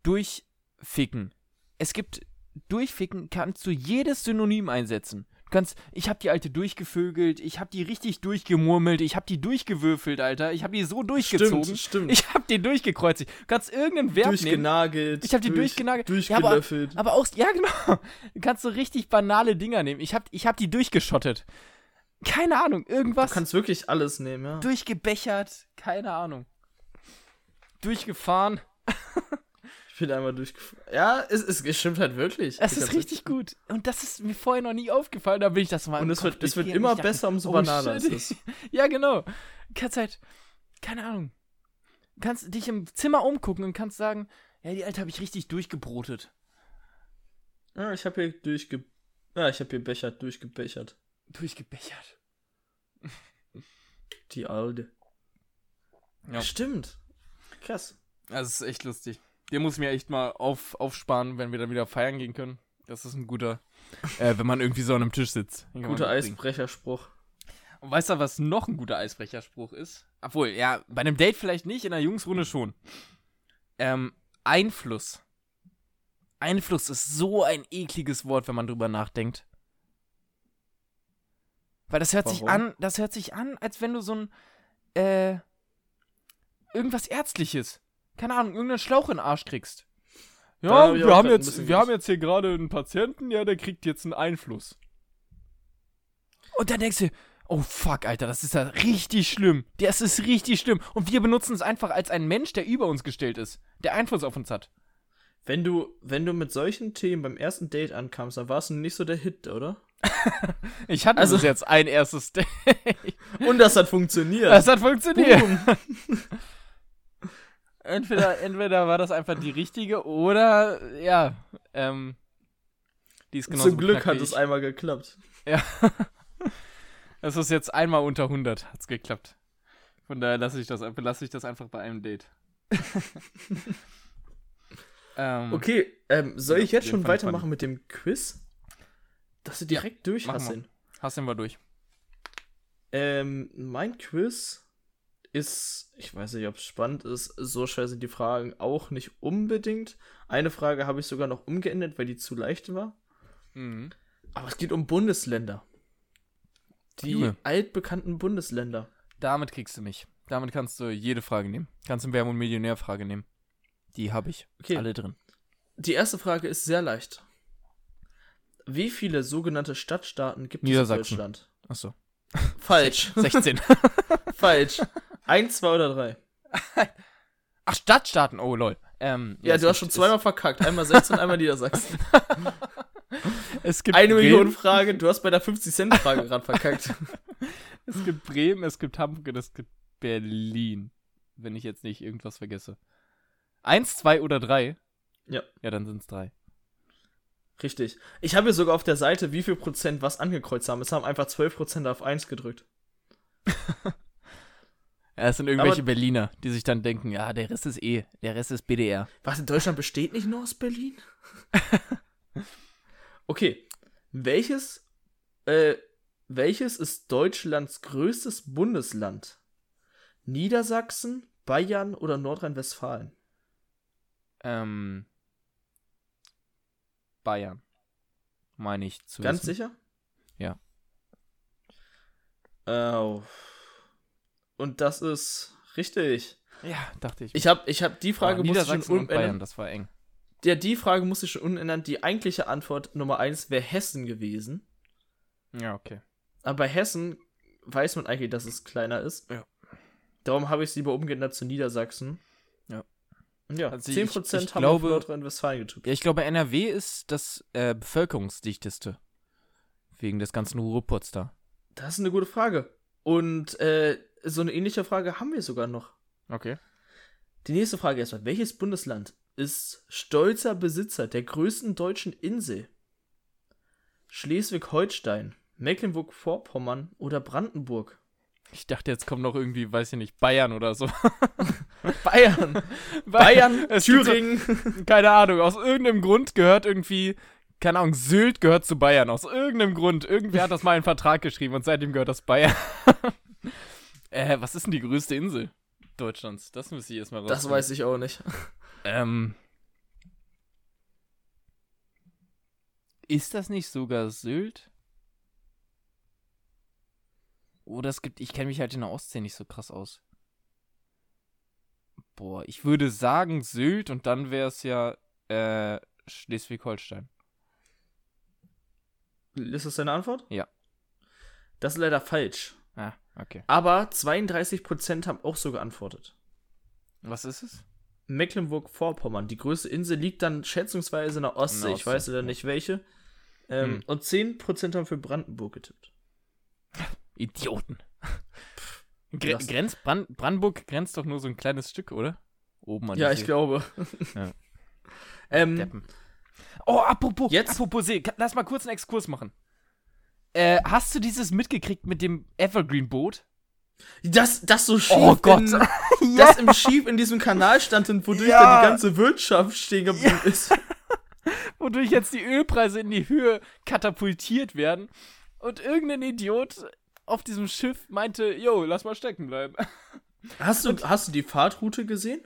S2: durchficken. Es gibt durchficken, kannst du jedes Synonym einsetzen. Du kannst, ich hab die alte durchgevögelt, ich hab die richtig durchgemurmelt, ich hab die durchgewürfelt, Alter, ich hab die so durchgezogen.
S1: stimmt.
S2: Ich hab die durchgekreuzigt. Du kannst irgendeinen Verb nehmen.
S1: durchgenagelt.
S2: Ich hab die
S1: durch-
S2: durchgenagelt. Ja, aber-
S1: Durchgelöffelt.
S2: Aber auch, ja genau, du kannst so richtig banale Dinger nehmen. Ich hab, ich hab die durchgeschottet. Keine Ahnung, irgendwas.
S1: du kannst wirklich alles nehmen, ja.
S2: durchgebechert, keine Ahnung. Durchgefahren.
S1: Ich bin einmal durchgefahren. Ja, es, es, es stimmt halt wirklich.
S2: Es
S1: Die
S2: ist
S1: ganze-
S2: richtig gut. Und das ist mir vorher noch nie aufgefallen, da bin ich das mal
S1: Und
S2: im
S1: es
S2: Kopf
S1: wird, es wird
S2: durchgegangen.
S1: immer
S2: Ich dachte,
S1: besser, umso
S2: oh,
S1: banaler es
S2: shit.
S1: ist.
S2: Ja, genau. Du kannst halt, keine Ahnung, Du kannst dich im Zimmer umgucken und kannst sagen, ja, die Alte habe ich richtig durchgebrotet.
S1: Ja, ich habe hier durchge. Ja, ich habe hier Becher durchgebechert.
S2: Durchgebechert.
S1: Die Alde.
S2: Ja.
S1: Stimmt. Krass.
S2: Das ist echt lustig. Den muss ich mir echt mal auf, aufsparen, wenn wir dann wieder feiern gehen können. Das ist ein guter, äh, wenn man irgendwie so an einem Tisch sitzt. Den kann man
S1: Guter
S2: gut trinken.
S1: Eisbrecherspruch.
S2: Und weißt du, was noch ein guter Eisbrecherspruch ist? Obwohl, ja, bei einem Date vielleicht nicht, in einer Jungsrunde schon. Ähm, Einfluss. Einfluss ist so ein ekliges Wort, wenn man drüber nachdenkt. Weil das hört sich
S1: Warum?
S2: an, das hört sich an, als wenn du so ein, äh, irgendwas Ärztliches. Keine Ahnung, irgendeinen Schlauch in den Arsch kriegst.
S1: Da hab ich auch grad ein bisschen Angst.
S2: jetzt hier gerade einen Patienten, ja, der kriegt jetzt einen Einfluss. Und dann denkst du, oh fuck, Alter, das ist ja richtig schlimm. Das ist richtig schlimm. Und wir benutzen es einfach als ein Mensch, der über uns gestellt ist, der Einfluss auf uns hat.
S1: Wenn du, wenn du mit solchen Themen beim ersten Date ankamst, dann warst du nicht so der Hit, oder?
S2: Ich hatte
S1: Also-
S2: also, bis jetzt ein erstes Date.
S1: Und das hat funktioniert.
S2: Das hat funktioniert. Entweder, entweder war das einfach die richtige oder, ja, ähm, die ist genauso
S1: Zum Glück
S2: beknackt wie
S1: hat es
S2: ich.
S1: einmal geklappt.
S2: Ja. Es ist jetzt einmal unter 100, hat's geklappt. Von daher lasse ich das, lasse ich das einfach bei einem Date. ähm,
S1: Okay, ähm, soll
S2: Ja,
S1: ich jetzt
S2: den
S1: schon
S2: fand ich
S1: weitermachen mit dem Quiz? Dass du
S2: Ja,
S1: direkt durch
S2: machen
S1: hast.
S2: wir.
S1: den.
S2: Hast den mal durch.
S1: Ähm, mein Quiz ist, ich weiß nicht, ob es spannend ist, so schwer sind die Fragen auch nicht unbedingt. Eine Frage habe ich sogar noch umgeändert, weil die zu leicht war. Aber es geht um Bundesländer. Die
S2: Junge.
S1: altbekannten Bundesländer.
S2: Damit kriegst du mich. Damit kannst du jede Frage nehmen. Kannst du Werbe- und Millionär-Frage nehmen. Die habe ich.
S1: Okay.
S2: Alle drin.
S1: Die erste Frage ist sehr leicht. Wie viele sogenannte Stadtstaaten gibt es in
S2: Niedersachsen.
S1: Deutschland?
S2: Achso.
S1: Falsch,
S2: 16.
S1: falsch. Eins, zwei oder drei.
S2: Ach, Stadtstaaten. Oh, lol. Ähm,
S1: Ja,
S2: es
S1: du hast
S2: gibt-
S1: schon zweimal verkackt. Einmal 16, einmal Niedersachsen.
S2: Es, es gibt
S1: Eine
S2: Bremen,
S1: Million Frage, du hast bei der 50-Cent-Frage gerade verkackt.
S2: Es gibt Bremen, es gibt Hamburg und es gibt Berlin. Wenn ich jetzt nicht irgendwas vergesse. Eins, zwei oder drei?
S1: Ja.
S2: Ja, dann sind es drei.
S1: Richtig. Ich habe hier sogar auf der Seite, wie viel Prozent was angekreuzt haben. Es haben einfach 12 Prozent auf 1 gedrückt.
S2: Ja, es sind irgendwelche
S1: Aber-
S2: Berliner, die sich dann denken, ja, der Rest ist eh, der Rest ist BDR.
S1: Was, in Deutschland besteht nicht nur aus Berlin? okay. Welches, äh, welches ist Deutschlands größtes Bundesland? Niedersachsen, Bayern oder Nordrhein-Westfalen?
S2: Ähm, Bayern. Meine ich zu
S1: Ganz
S2: wissen.
S1: sicher?
S2: Ja.
S1: Oh. Und das ist richtig.
S2: Ja, dachte ich.
S1: Ich habe ich hab die Frage
S2: Aber
S1: musste ich schon
S2: Niedersachsen und Bayern,
S1: umändern.
S2: das war eng.
S1: Der, die Frage musste ich schon umändern. Die eigentliche Antwort Nummer 1 wäre Hessen gewesen.
S2: Ja, okay.
S1: Aber bei Hessen weiß man eigentlich, dass es kleiner ist.
S2: Ja.
S1: Darum habe ich es lieber umgeändert zu Niedersachsen.
S2: Ja.
S1: Und ja,
S2: Also ich-
S1: 10% haben
S2: ich
S1: auf
S2: glaube-
S1: Nordrhein-Westfalen getippt.
S2: Ja, ich glaube, NRW ist das äh, bevölkerungsdichteste. Wegen des ganzen Ruhrpots da.
S1: Das ist eine gute Frage. Und äh, so eine ähnliche Frage haben wir sogar noch.
S2: Okay.
S1: Die nächste Frage erstmal. Welches Bundesland ist stolzer Besitzer der größten deutschen Insel? Schleswig-Holstein, Mecklenburg-Vorpommern oder Brandenburg?
S2: Ich dachte, jetzt kommt noch irgendwie, weiß ich nicht, Bayern oder so.
S1: Bayern! Bayern, Thüringen.
S2: keine Ahnung, aus irgendeinem Grund gehört irgendwie, keine Ahnung, Sylt gehört zu Bayern. Aus irgendeinem Grund. Irgendwer hat das mal in einen Vertrag geschrieben und seitdem gehört das Bayern. äh, was ist denn die größte Insel Deutschlands? Das müsste ich erstmal raus.
S1: Das weiß ich auch nicht.
S2: Ähm. Ist das nicht sogar Sylt? Oder es Oh, gibt, ich kenne mich halt in der Ostsee nicht so krass aus. Boah, ich würde sagen Sylt und dann wäre es ja äh, Schleswig-Holstein.
S1: Ist das deine Antwort?
S2: Ja.
S1: Das ist leider falsch.
S2: Ah, okay.
S1: Aber 32% haben auch so geantwortet.
S2: Was ist es?
S1: Mecklenburg-Vorpommern. Die größte Insel liegt dann schätzungsweise in der Ostsee.
S2: In der
S1: Ich weiß
S2: Ostsee,
S1: leider
S2: ja.
S1: nicht welche. Ähm,
S2: Hm.
S1: Und 10% haben für Brandenburg getippt.
S2: Idioten. Gre
S1: Lass-
S2: grenzt Bran Brandenburg grenzt doch nur so ein kleines Stück, oder? Oben an Oh, die
S1: Ja, ich
S2: See.
S1: glaube.
S2: Ja.
S1: ähm,
S2: Deppen. Oh, apropos,
S1: Jetzt-
S2: apropos See, ka- lass mal kurz einen Exkurs machen. Äh, hast du dieses mitgekriegt mit dem Evergreen-Boot?
S1: Das, das so schief,
S2: Oh Gott.
S1: In, das im Schief in diesem Kanal stand und wodurch
S2: Ja.
S1: dann die ganze Wirtschaft stehen geblieben ist.
S2: Wodurch jetzt die Ölpreise in die Höhe katapultiert werden. Und irgendein Idiot auf diesem Schiff meinte, yo, lass mal stecken bleiben.
S1: Hast du, hast du die Fahrtroute gesehen?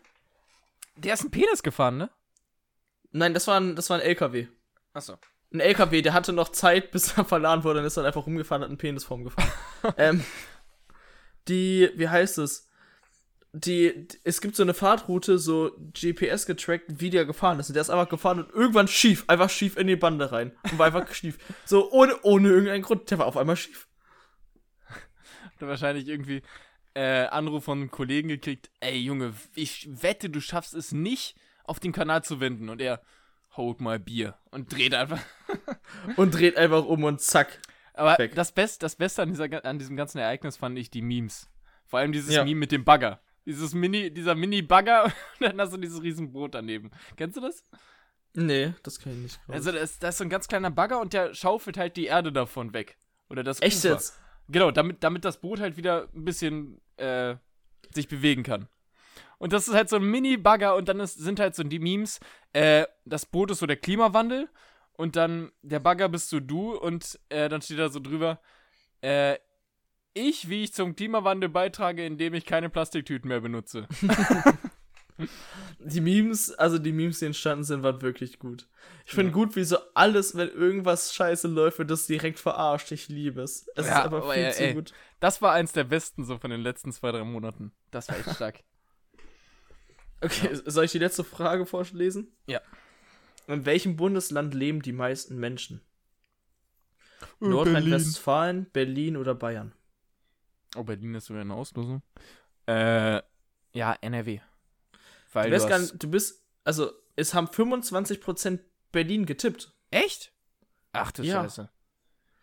S2: Der ist ein Penis gefahren, ne?
S1: Nein, das war ein, das war ein LKW.
S2: Achso.
S1: Ein LKW, der hatte noch Zeit, bis er verladen wurde, dann ist er einfach rumgefahren, hat einen Penisform gefahren. ähm, die, wie heißt es? Die, d- es gibt so eine Fahrtroute, so GPS getrackt, wie der gefahren ist. Und der ist einfach gefahren und irgendwann schief, einfach schief in die Bande rein. Und war einfach schief. So, ohne, ohne irgendeinen Grund. Der war auf einmal schief.
S2: Hat wahrscheinlich irgendwie äh, Anruf von einem Kollegen gekriegt, ey Junge, ich wette, du schaffst es nicht, auf dem Kanal zu wenden. Und er, hold my beer. Und dreht einfach.
S1: Und dreht einfach um und zack.
S2: Aber
S1: Weg.
S2: das, Best, das Beste an, dieser, ga- an diesem ganzen Ereignis fand ich die Memes. Vor allem dieses
S1: Ja.
S2: Meme mit dem Bagger. Dieses Mini, dieser Mini-Bagger und dann hast du dieses riesen Boot daneben. Kennst du das?
S1: Nee, das kann ich nicht. glauben.
S2: Also da ist, da ist so ein ganz kleiner Bagger und der schaufelt halt die Erde davon weg. Oder das
S1: Echt
S2: Ufer.
S1: jetzt?
S2: Genau, damit, damit das Boot halt wieder ein bisschen äh, sich bewegen kann. Und das ist halt so ein Mini-Bagger und dann ist, sind halt so die Memes, äh, das Boot ist so der Klimawandel und dann der Bagger bist so du und äh, dann steht da so drüber, äh, ich, wie ich zum Klimawandel beitrage, indem ich keine Plastiktüten mehr benutze.
S1: Die Memes, also die Memes, die entstanden sind, waren wirklich gut. Ich finde gut, wie so alles, wenn irgendwas scheiße läuft, wird das direkt verarscht. Ich liebe es. Es
S2: Ja,
S1: ist aber
S2: aber
S1: viel
S2: ey,
S1: zu
S2: ey.
S1: gut.
S2: Das war eins der besten so von den letzten zwei, drei Monaten. Das war echt stark.
S1: Okay, soll ich die letzte Frage vorlesen?
S2: Ja.
S1: In welchem Bundesland leben die meisten Menschen? Oh,
S2: Äh,
S1: Nordrhein-Westfalen, Berlin oder Bayern?
S2: Oh, Berlin ist sogar eine Auslosung. Äh, ja, NRW.
S1: Du,
S2: Weil du
S1: weißt gar
S2: hast-
S1: nicht, du bist, also es haben 25% Berlin getippt.
S2: Echt? Ach du
S1: Ja.
S2: Scheiße.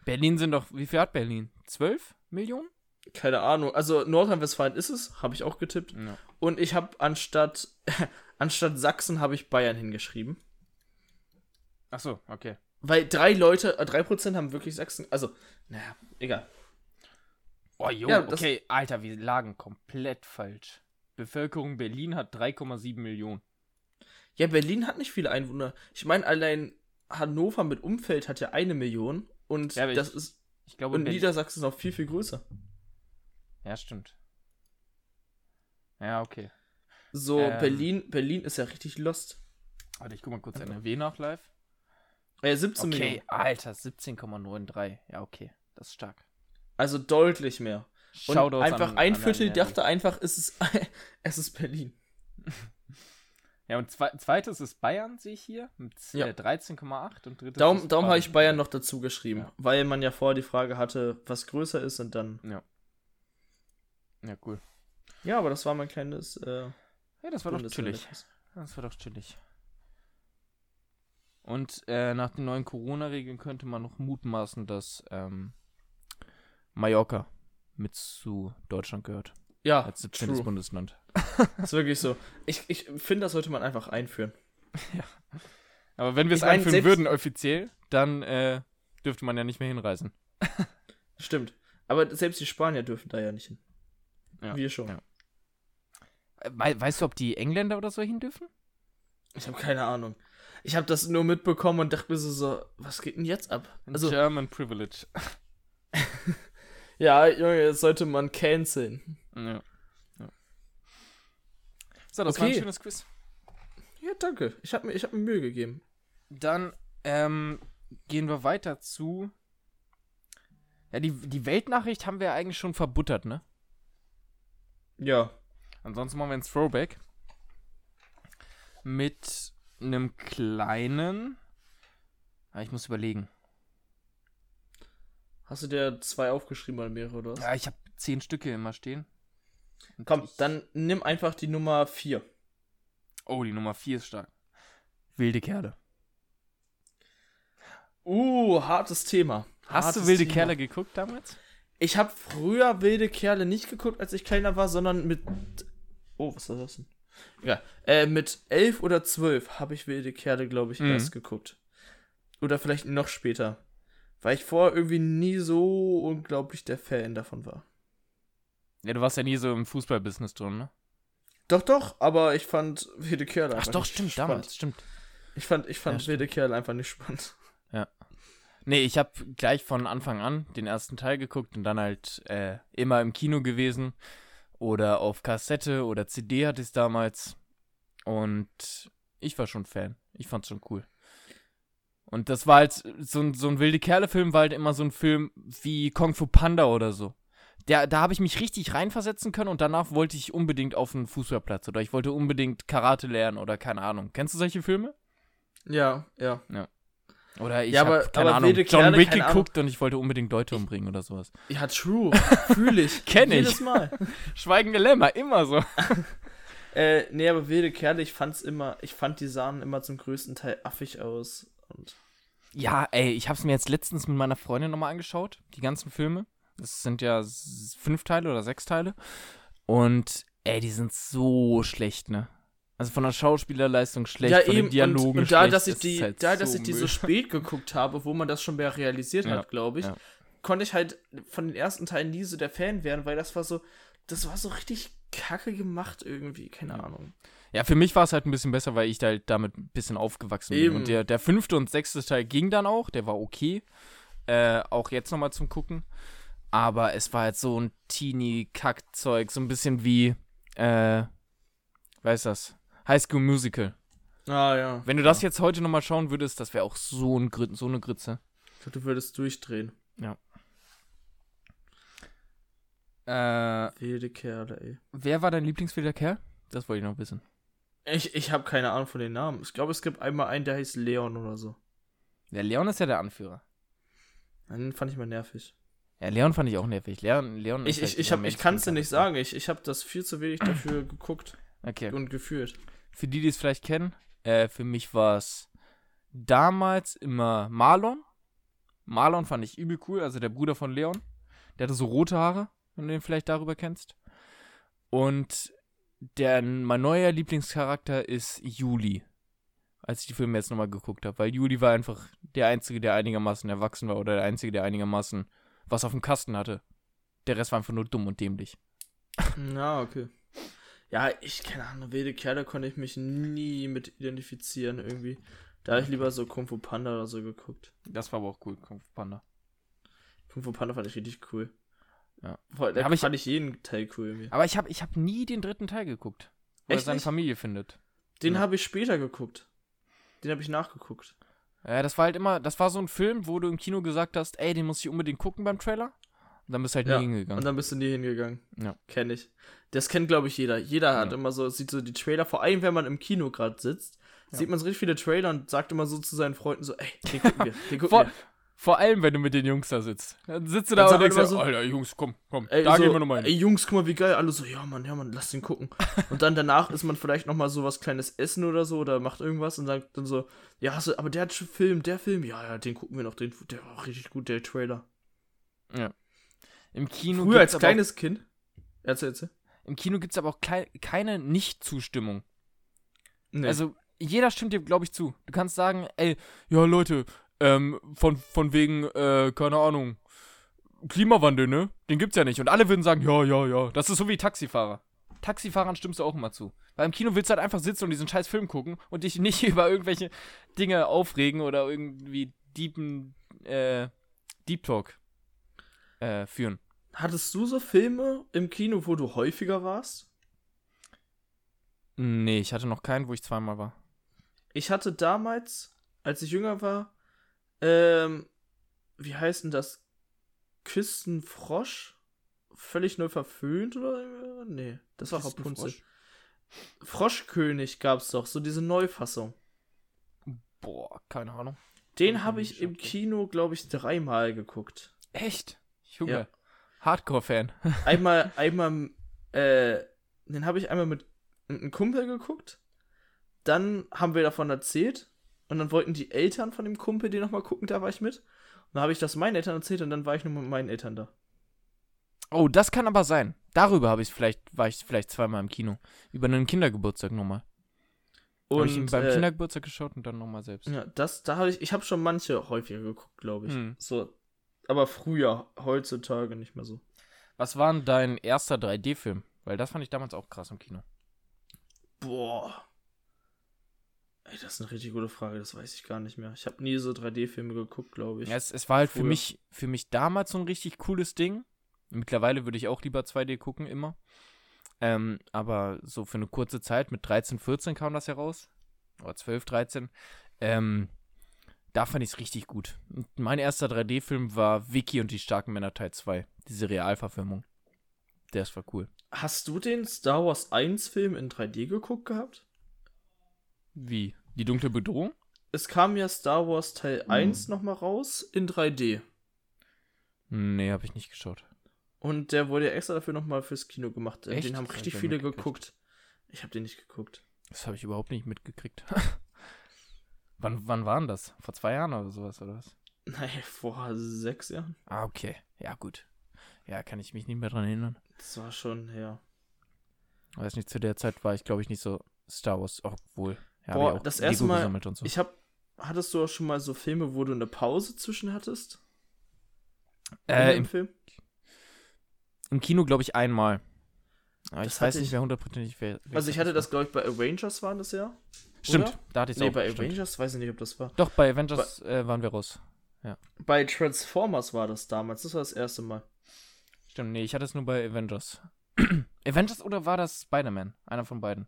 S2: Berlin sind doch, wie viel hat Berlin? 12 Millionen?
S1: Keine Ahnung. Also Nordrhein-Westfalen ist es, habe ich auch getippt.
S2: Ja.
S1: Und ich habe anstatt, anstatt Sachsen habe ich Bayern hingeschrieben.
S2: Ach so, okay.
S1: Weil drei Leute, äh, drei Prozent haben wirklich Sachsen. Also, naja, egal.
S2: Oh, jo,
S1: Ja, das-
S2: okay, Alter, wir lagen komplett falsch. Bevölkerung Berlin hat 3,7 Millionen.
S1: Ja, Berlin hat nicht viele Einwohner. Ich meine, allein Hannover mit Umfeld hat ja eine Million. Und
S2: Ja, aber
S1: das
S2: ich-
S1: ist.
S2: Ich glaube,
S1: Und
S2: Berlin-
S1: Niedersachsen ist noch viel, viel größer.
S2: Ja, stimmt. Ja, okay.
S1: So,
S2: Ähm.
S1: Berlin, Berlin ist ja richtig lost.
S2: Warte, ich guck mal kurz NRW nach live.
S1: Äh, 17
S2: Okay,
S1: Millionen.
S2: Alter, 17,93. Ja, okay. Das ist stark.
S1: Also deutlich mehr. Und
S2: Shoutouts
S1: einfach
S2: an-
S1: ein
S2: an
S1: Viertel
S2: NRW.
S1: dachte einfach, es ist, es ist Berlin.
S2: Ja, und zwe zweites ist Bayern, sehe ich hier, mit z-
S1: Ja.
S2: äh, 13,8 und drittes
S1: Darum,
S2: ist
S1: darum habe ich Bayern noch dazu geschrieben,
S2: Ja.
S1: weil man ja vorher die Frage hatte, was größer ist und dann.
S2: Ja, cool.
S1: Ja, aber das war mein kleines. Äh,
S2: Ja, das war doch
S1: Bundesland.
S2: chillig. Das war doch chillig. Und äh, nach den neuen Corona-Regeln könnte man noch mutmaßen, dass ähm, Mallorca mit zu Deutschland gehört.
S1: Ja,
S2: Als 17.
S1: true.
S2: Bundesland.
S1: ist wirklich so. Ich, ich finde, das sollte man einfach einführen.
S2: Aber wenn wir es
S1: Ich mein,
S2: einführen
S1: selbst-
S2: würden offiziell, dann äh, dürfte man ja nicht mehr hinreisen.
S1: Stimmt. Aber selbst die Spanier dürfen da ja nicht hin.
S2: Ja.
S1: Wir schon.
S2: Ja. Äh, wei- weißt du, ob die Engländer oder so hin dürfen?
S1: Ich habe keine Ahnung. Ich habe das nur mitbekommen und dachte mir so, so, was geht denn jetzt ab? Also,
S2: German Privilege.
S1: ja, Junge, jetzt sollte man canceln.
S2: Ja. ja. So, das war ein
S1: Okay.
S2: schönes Quiz.
S1: Ja, danke. Ich habe mir, ich hab mir Mühe gegeben.
S2: Dann ähm, gehen wir weiter zu. Ja, die, die Weltnachricht haben wir ja eigentlich schon verbuttert, ne?
S1: Ja.
S2: Ansonsten machen wir ein Throwback. Mit einem kleinen. Ah, ich muss überlegen.
S1: Hast du dir zwei aufgeschrieben oder mehrere oder was?
S2: Ja, ich habe zehn Stücke immer stehen. Und
S1: Komm,
S2: ich-
S1: dann nimm einfach die Nummer 4.
S2: Oh, die Nummer vier ist stark. Wilde Kerle.
S1: Uh, hartes Thema.
S2: Hast
S1: hartes
S2: du wilde
S1: Thema.
S2: Kerle geguckt damals?
S1: Ich habe früher wilde Kerle nicht geguckt, als ich kleiner war, sondern mit. Oh, was war das denn? Egal. Äh, mit elf oder zwölf habe ich wilde Kerle, glaube ich,
S2: Mhm.
S1: erst geguckt. Oder vielleicht noch später. Weil ich vorher irgendwie nie so unglaublich der Fan davon war.
S2: Ja, du warst ja nie so im Fußballbusiness drin, ne?
S1: Doch, doch, aber ich fand Wilde Kerle
S2: Ach
S1: einfach
S2: doch,
S1: nicht
S2: stimmt,
S1: spannend.
S2: damals, stimmt.
S1: Ich fand, ich
S2: Ja,
S1: fand
S2: stimmt.
S1: Wilde Kerle einfach nicht spannend.
S2: Nee, ich habe gleich von Anfang an den ersten Teil geguckt und dann halt äh, immer im Kino gewesen oder auf Kassette oder CD hatte ich damals und ich war schon Fan. Ich fand's schon cool. Und das war halt so ein, so ein wilde Kerle-Film, war halt immer so ein Film wie Kung Fu Panda oder so. Der, da habe ich mich richtig reinversetzen können und danach wollte ich unbedingt auf einen Fußballplatz oder ich wollte unbedingt Karate lernen oder keine Ahnung. Kennst du solche Filme?
S1: Ja, ja.
S2: Oder ich
S1: Ja,
S2: habe
S1: aber-
S2: keine
S1: aber
S2: Ahnung,
S1: wilde
S2: John
S1: Kerle,
S2: Wick
S1: keine
S2: geguckt und ich wollte unbedingt Leute umbringen oder sowas.
S1: Ja, true. Fühl ich.
S2: Kenn ich.
S1: Jedes Mal.
S2: Schweigende Lämmer, immer so.
S1: Äh, nee, aber wilde Kerle, ich fand's immer, ich fand die sahen immer zum größten Teil affig aus. Und
S2: Ja, ey, ich habe es mir jetzt letztens mit meiner Freundin nochmal angeschaut, die ganzen Filme. Das sind ja s- fünf Teile oder sechs Teile. Und, ey, die sind so schlecht, ne? Also von der Schauspielerleistung schlecht,
S1: ja,
S2: von
S1: eben,
S2: den
S1: und,
S2: Dialogen
S1: und da,
S2: schlecht.
S1: dass ich
S2: es
S1: die,
S2: ist halt
S1: da, dass
S2: so
S1: ich die
S2: Müll.
S1: so spät geguckt habe, wo man das schon mehr realisiert
S2: Ja,
S1: hat, glaube ich,
S2: ja.
S1: konnte ich halt von den ersten Teilen nie so der Fan werden, weil das war so, das war so richtig kacke gemacht irgendwie, keine Ahnung.
S2: Ja, für mich war es halt ein bisschen besser, weil ich da halt damit ein bisschen aufgewachsen bin.
S1: Eben.
S2: Und der, der fünfte und sechste Teil ging dann auch, der war okay. Äh, auch jetzt nochmal zum Gucken. Aber es war halt so ein Teenie-Kackzeug, so ein bisschen wie, äh, weiß das, High School Musical.
S1: Ah, ja.
S2: Wenn du das jetzt heute nochmal schauen würdest, das wäre auch so, ein Grit, so eine Gritze.
S1: Ich glaub, du würdest durchdrehen.
S2: Äh,
S1: Wilde Kerle, ey.
S2: wer war dein Lieblingswilder Kerl? Das wollte ich noch wissen.
S1: Ich, ich habe keine Ahnung von den Namen. Ich glaube, es gibt einmal einen, der heißt Leon oder so.
S2: Der Leon ist ja der Anführer.
S1: Den fand ich mal nervig.
S2: Ja, Leon fand ich auch nervig. Leon, Leon halt
S1: Ich, ich, ich, hab- ich kann es dir nicht sagen. Ich, ich habe das viel zu wenig dafür geguckt
S2: Okay.
S1: und gefühlt.
S2: für die, die es vielleicht kennen, äh, für mich war es damals immer Marlon. Marlon fand ich übel cool, also der Bruder von Leon. Der hatte so rote Haare, wenn du ihn vielleicht darüber kennst. Und der, mein neuer Lieblingscharakter ist Juli. Als ich die Filme jetzt nochmal geguckt habe, weil Juli war einfach der Einzige, der einigermaßen erwachsen war oder der Einzige, der einigermaßen was auf dem Kasten hatte. Der Rest war einfach nur dumm und dämlich.
S1: Hm, Ja, okay. Ja, ich, keine Ahnung, wilde Kerle konnte ich mich nie mit identifizieren irgendwie. Da habe ich lieber so Kung Fu Panda oder so geguckt.
S2: Das war aber auch cool, Kung Fu Panda.
S1: Kung Fu Panda fand ich richtig cool.
S2: Ja.
S1: Voll, da
S2: Hab ich-
S1: fand ich jeden Teil cool irgendwie.
S2: Aber ich habe ich hab nie den dritten Teil geguckt. Wo er
S1: Echt
S2: seine
S1: nicht?
S2: Familie findet.
S1: Den
S2: Ja.
S1: habe ich später geguckt. Den habe ich nachgeguckt.
S2: Ja, das war halt immer, das war so ein Film, wo du im Kino gesagt hast, ey, den muss ich unbedingt gucken beim Trailer. Und dann bist du halt
S1: Ja,
S2: nie
S1: Und
S2: hingegangen.
S1: dann bist du nie hingegangen.
S2: Ja.
S1: Kenn ich. Das kennt, glaube ich, jeder. Jeder hat
S2: Ja.
S1: immer so, sieht so die Trailer, vor allem wenn man im Kino gerade sitzt,
S2: Ja.
S1: sieht man so richtig viele Trailer und sagt immer so zu seinen Freunden so, ey, den gucken wir, den gucken
S2: Vor,
S1: wir.
S2: vor allem, wenn du mit den Jungs da sitzt. Dann sitzt du da
S1: Dann
S2: und
S1: sagt
S2: denkst,
S1: man
S2: so,
S1: so-
S2: Alter, Jungs, komm, komm,
S1: Ey,
S2: da
S1: so,
S2: gehen wir nochmal
S1: ey,
S2: hin.
S1: Jungs, guck mal, wie geil. Alle so, ja, Mann, ja, Mann, lass den gucken. Und dann danach ist man vielleicht nochmal so was kleines Essen oder so oder macht irgendwas und sagt dann so, ja, hast du, aber der Film, der Film, ja, ja, den gucken wir noch, den, der war auch richtig gut, der Trailer.
S2: Im Kino
S1: Früher
S2: gibt's
S1: als
S2: aber auch,
S1: kleines Kind. Erzähl, erzähl.
S2: im Kino gibt's aber auch klei- keine Nicht-Zustimmung.
S1: Nee.
S2: Also, jeder stimmt dir, glaube ich, zu. Du kannst sagen, ey, ja, Leute, ähm, von, von wegen, äh, keine Ahnung, Klimawandel, ne? Den gibt's ja nicht. Und alle würden sagen, ja, ja, ja. Das ist so wie Taxifahrer. Taxifahrern stimmst du auch immer zu. Weil im Kino willst du halt einfach sitzen und diesen scheiß Film gucken und dich nicht über irgendwelche Dinge aufregen oder irgendwie deepen, äh, Deep Talk äh, führen.
S1: Hattest du so Filme im Kino, wo du häufiger warst?
S2: Nee, ich hatte noch keinen, wo ich zweimal war.
S1: Ich hatte damals, als ich jünger war, ähm, wie heißt denn das? Küstenfrosch? Völlig neu verföhnt oder? Nee, das war Rapunzel. Froschkönig gab's doch, so diese Neufassung.
S2: Boah, keine Ahnung. Hab ich
S1: Den
S2: noch
S1: habe
S2: nie
S1: ich im
S2: geschaut, ey.
S1: Kino, glaube ich, dreimal geguckt.
S2: Echt? Junge. Hardcore-Fan.
S1: Einmal, einmal, äh, den habe ich einmal mit einem Kumpel geguckt. Dann haben wir davon erzählt. Und dann wollten die Eltern von dem Kumpel den nochmal gucken, da war ich mit. Und dann habe ich das meinen Eltern erzählt und dann war ich nur mit meinen Eltern da.
S2: Oh, das kann aber sein. Darüber habe ich vielleicht, war ich vielleicht zweimal im Kino. Über einen Kindergeburtstag nochmal. Habe ich ihn
S1: Und
S2: beim
S1: äh,
S2: Kindergeburtstag geschaut und dann nochmal selbst.
S1: ja, das, da habe ich, ich habe schon manche häufiger geguckt, glaube ich.
S2: Hm.
S1: So, aber früher, heutzutage nicht mehr so.
S2: Was war denn dein erster 3D-Film? Weil das fand ich damals auch krass im Kino.
S1: Boah. Ey, das ist eine richtig gute Frage, das weiß ich gar nicht mehr. Ich habe nie so 3D-Filme geguckt, glaube ich.
S2: Ja, es, es war halt für
S1: früher.
S2: mich, für mich damals so ein richtig cooles Ding. Mittlerweile würde ich auch lieber 2D gucken, immer. Ähm, aber so für eine kurze Zeit, mit 13, 14 kam das ja raus. Oder 12, 13. Ähm, da fand ich es richtig gut. Und mein erster 3D-Film war Vicky und die starken Männer Teil 2. Diese Realverfilmung. Das war cool.
S1: Hast du den Star Wars 1-Film in 3D geguckt gehabt?
S2: Wie? Die dunkle Bedrohung?
S1: Es kam ja Star Wars
S2: Mhm.
S1: Teil 1 nochmal raus in 3D.
S2: Nee, habe ich nicht geschaut.
S1: Und der wurde ja extra dafür nochmal fürs Kino gemacht. Äh,
S2: Echt?
S1: Den haben
S2: Hab ich
S1: richtig
S2: ja
S1: viele
S2: mitgekriegt.
S1: geguckt. Ich habe den nicht geguckt.
S2: Das habe ich überhaupt nicht mitgekriegt. wann, wann waren das? Vor zwei Jahren oder sowas, oder was?
S1: Nein, vor sechs Jahren.
S2: Ah, okay. Ja, gut. Ja, kann ich mich nicht mehr dran erinnern.
S1: Das war schon her.
S2: Weiß nicht, zu der Zeit war ich, glaube ich, nicht so Star Wars, obwohl. Ja, hab
S1: Boah,
S2: ich auch
S1: das erste Mal-
S2: gesammelt und so.
S1: Ich habe. Hattest du auch schon mal so Filme, wo du eine Pause zwischen hattest?
S2: äh,
S1: In dem
S2: im,
S1: Film?
S2: Im Kino, glaube ich, einmal. Aber
S1: Das
S2: ich weiß
S1: hatte
S2: nicht
S1: ich-
S2: mehr hundertprozentig, wer. wer
S1: Also ich hatte das, glaube ich, bei Avengers waren das ja.
S2: Stimmt,
S1: oder?
S2: da hatte ich es
S1: Nee,
S2: auch.
S1: bei
S2: stimmt.
S1: Avengers weiß ich nicht, ob das war.
S2: Doch, bei Avengers äh, waren wir raus.
S1: Bei Transformers war das damals. Das war das erste Mal.
S2: Stimmt, nee, ich hatte es nur bei Avengers. Avengers oder war das Spider-Man? Einer von beiden.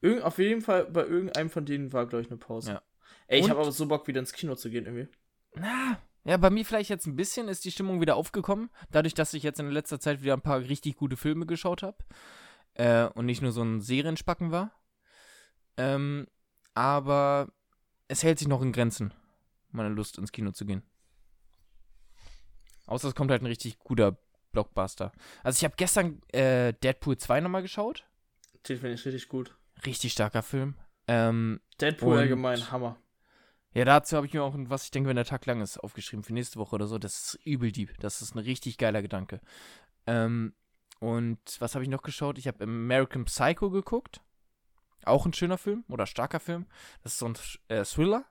S1: Irgend, auf jeden Fall, bei irgendeinem von denen war, glaube ich, eine Pause.
S2: Ja.
S1: Ey, ich
S2: Und-
S1: habe aber so Bock, wieder ins Kino zu gehen, irgendwie.
S2: Na, ja, bei mir vielleicht jetzt ein bisschen ist die Stimmung wieder aufgekommen, dadurch, dass ich jetzt in letzter Zeit wieder ein paar richtig gute Filme geschaut habe äh, und nicht nur so ein Serienspacken war. Ähm, aber es hält sich noch in Grenzen, meine Lust ins Kino zu gehen. Außer es kommt halt ein richtig guter Blockbuster. Also ich habe gestern äh, Deadpool 2 nochmal geschaut.
S1: Den finde ich richtig gut.
S2: Richtig starker Film. Ähm,
S1: Deadpool
S2: Und-
S1: allgemein, Hammer.
S2: ja, dazu habe ich mir auch, ein, was ich denke, wenn der Tag lang ist, aufgeschrieben für nächste Woche oder so. Das ist übel deep. Das ist ein richtig geiler Gedanke. Ähm, und was habe ich noch geschaut? Ich habe American Psycho geguckt. Auch ein schöner Film oder starker Film. Das ist so ein Sch- äh, Thriller,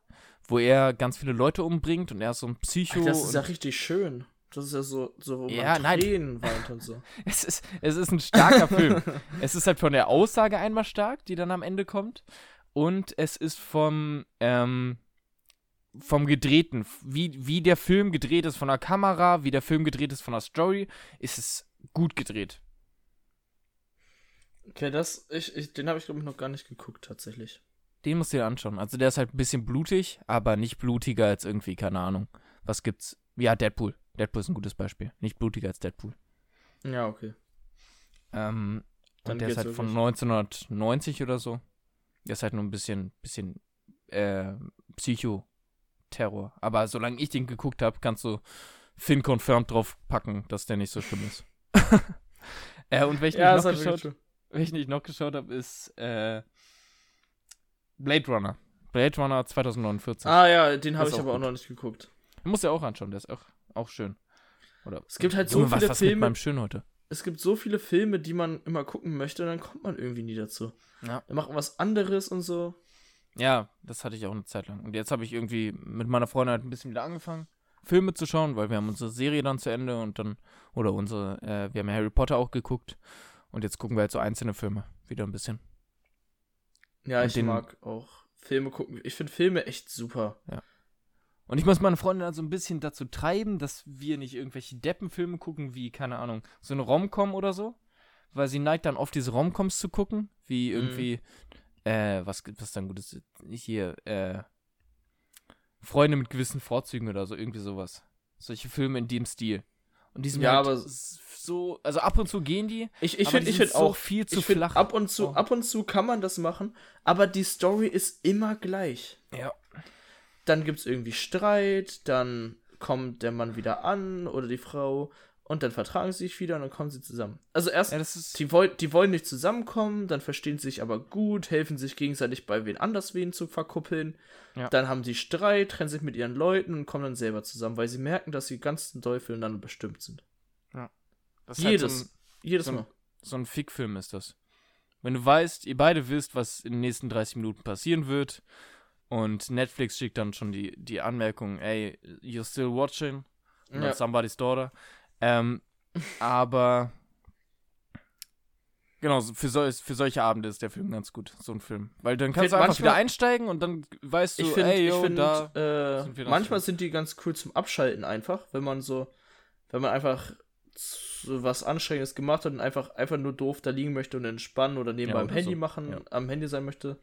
S2: wo er ganz viele Leute umbringt und er ist so ein Psycho.
S1: Ey, das ist
S2: und-
S1: ja richtig schön. Das ist ja so, so wo man
S2: Ja, nein.
S1: Tränen weint und so.
S2: Es ist, es ist ein starker Film. Es ist halt von der Aussage einmal stark, die dann am Ende kommt. Und es ist vom, ähm, vom Gedrehten, wie, wie der Film gedreht ist von der Kamera, wie der Film gedreht ist von der Story, ist es gut gedreht.
S1: Okay, das, ich, ich, den habe ich, glaube ich, noch gar nicht geguckt, tatsächlich.
S2: Den musst du dir anschauen. Also der ist halt ein bisschen blutig, aber nicht blutiger als irgendwie, keine Ahnung. Was gibt's? Ja, Deadpool. Deadpool ist ein gutes Beispiel. Nicht blutiger als Deadpool.
S1: Ja, okay.
S2: Ähm,
S1: Dann
S2: und der ist
S1: geht's
S2: halt von
S1: wirklich.
S2: 1990 oder so. Der ist halt nur ein bisschen, bisschen äh, Psycho-Terror. Aber solange ich den geguckt habe, kannst du Finn Confirmed drauf packen, dass der nicht so schlimm ist. äh, und welchen, ich noch
S1: hat wirklich
S2: geschaut, welchen ich noch geschaut habe, ist äh, Blade Runner. Blade Runner
S1: schön.
S2: 2049.
S1: Ah ja, den habe
S2: Das
S1: ich
S2: ist auch
S1: aber auch
S2: gut.
S1: noch nicht geguckt.
S2: Den musst du ja auch anschauen, der ist auch, auch schön. Oder,
S1: Es gibt halt so
S2: Junge, was,
S1: viele
S2: was mit
S1: Filme-
S2: meinem Schön heute?
S1: Es gibt so viele Filme, die man immer gucken möchte, und dann kommt man irgendwie nie dazu.
S2: Ja.
S1: Dann macht man was anderes und so.
S2: Ja, das hatte ich auch eine Zeit lang. Und jetzt habe ich irgendwie mit meiner Freundin halt ein bisschen wieder angefangen, Filme zu schauen, weil wir haben unsere Serie dann zu Ende und dann, oder unsere, äh, wir haben ja Harry Potter auch geguckt. Und jetzt gucken wir halt so einzelne Filme wieder ein bisschen.
S1: Ja,
S2: Und
S1: ich
S2: den-
S1: mag auch Filme gucken. Ich finde Filme echt super.
S2: Und ich muss meine Freundin also ein bisschen dazu treiben, dass wir nicht irgendwelche Deppenfilme gucken, wie, keine Ahnung, so eine Romcom oder so. Weil sie neigt dann oft diese Romcoms zu gucken,
S1: Mhm.
S2: wie irgendwie, äh, was, gibt- was ist da ein gutes, hier, äh, Freunde mit gewissen Vorzügen oder so, irgendwie sowas. Solche Filme in dem Stil. Und die sind
S1: Ja,
S2: halt
S1: aber-
S2: s- so, also ab und zu gehen die,
S1: Ich, ich
S2: aber
S1: finde
S2: die
S1: ich
S2: sind
S1: find
S2: so
S1: auch
S2: viel zu
S1: ich find,
S2: flach.
S1: Ab und zu,
S2: Oh.
S1: ab und zu kann man das machen, aber die Story ist immer gleich.
S2: Ja.
S1: Dann gibt's irgendwie Streit, dann kommt der Mann wieder an oder die Frau und dann vertragen sie sich wieder und dann kommen sie zusammen. Also erst,
S2: Ja, das ist,
S1: die, woll die wollen nicht zusammenkommen, dann verstehen sie sich aber gut, helfen sich gegenseitig bei wen anders wen zu verkuppeln.
S2: Ja.
S1: Dann haben sie Streit, trennen sich mit ihren Leuten und kommen dann selber zusammen, weil sie merken, dass sie ganz doll füreinander bestimmt sind.
S2: das ist halt
S1: Jedes,
S2: so ein,
S1: jedes
S2: so ein-
S1: Mal.
S2: so ein Fickfilm ist das. Wenn du weißt, ihr beide wisst, was in den nächsten 30 Minuten passieren wird und Netflix schickt dann schon die, die Anmerkung, ey, you're still watching, not
S1: Ja.
S2: somebody's daughter. Ähm, aber genau, so für, sol für solche Abende ist der Film ganz gut, so ein Film. Weil dann
S1: Find
S2: kannst du einfach
S1: manchmal-
S2: wieder einsteigen und dann weißt du,
S1: Ich finde,
S2: ey,
S1: ich
S2: yo,
S1: find,
S2: da...
S1: äh,
S2: sind wir das
S1: manchmal
S2: schon.
S1: sind die ganz cool zum Abschalten einfach, wenn man so, wenn man einfach so was Anstrengendes gemacht hat und einfach, einfach nur doof da liegen möchte und entspannen oder nebenbei
S2: Ja,
S1: am
S2: oder
S1: Handy
S2: so,
S1: machen,
S2: ja.
S1: am Handy sein möchte.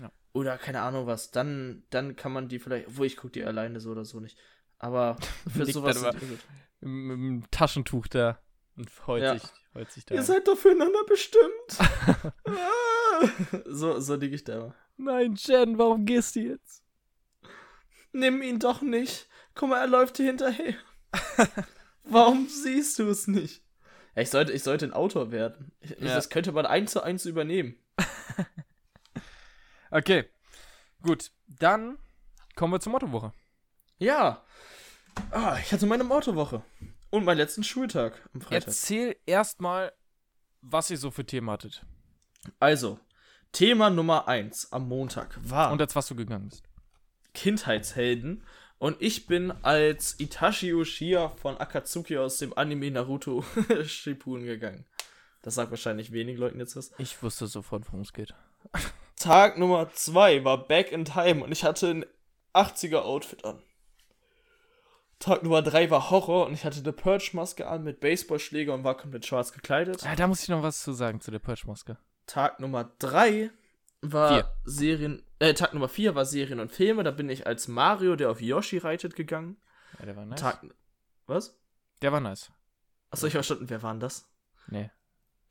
S2: Ja.
S1: Oder keine Ahnung was, dann, dann kann man die vielleicht, obwohl ich gucke die alleine so oder so nicht. Aber für
S2: Liegt
S1: sowas.
S2: dann
S1: sind die gut.
S2: im, im Taschentuch da und heult
S1: Ja.
S2: sich, heult sich da.
S1: Ihr seid doch füreinander bestimmt. Ah. so, so liege ich da immer.
S2: Nein, Jen, warum gehst du jetzt?
S1: Nimm ihn doch nicht. Guck mal, er läuft dir hinterher. Warum siehst du es nicht? Ja, Ich sollte, ich sollte ein Autor werden. Ich,
S2: Ja.
S1: Das könnte man eins zu eins übernehmen.
S2: Okay, gut, dann kommen wir zur Mottowoche.
S1: Ja. Ah, ich hatte meine Autowoche. Und meinen letzten Schultag am Freitag.
S2: Erzähl erstmal, was ihr so für Themen hattet
S1: Also, Thema Nummer eins am Montag war
S2: und als was du gegangen bist.
S1: Kindheitshelden. Und ich bin als Itachi Uchiha von Akatsuki aus dem Anime Naruto Shippuden gegangen. Das sagt wahrscheinlich wenigen Leuten jetzt was.
S2: Ich wusste sofort, worum es geht.
S1: Tag Nummer 2 war Back in Time und ich hatte ein 80er Outfit an. Tag Nummer 3 war Horror und ich hatte eine Purge-Maske an mit Baseballschläger und war komplett schwarz gekleidet.
S2: Ah, da muss ich noch was zu sagen zu der Purge-Maske.
S1: Tag Nummer 3 war
S2: Vier.
S1: Serien. Äh, Tag Nummer 4 war Serien und Filme. Da bin ich als Mario, der auf Yoshi reitet, gegangen.
S2: Ja, der war nice.
S1: Tag. Was?
S2: Der war nice.
S1: Achso, ich hab verstanden, wer waren das?
S2: Nee.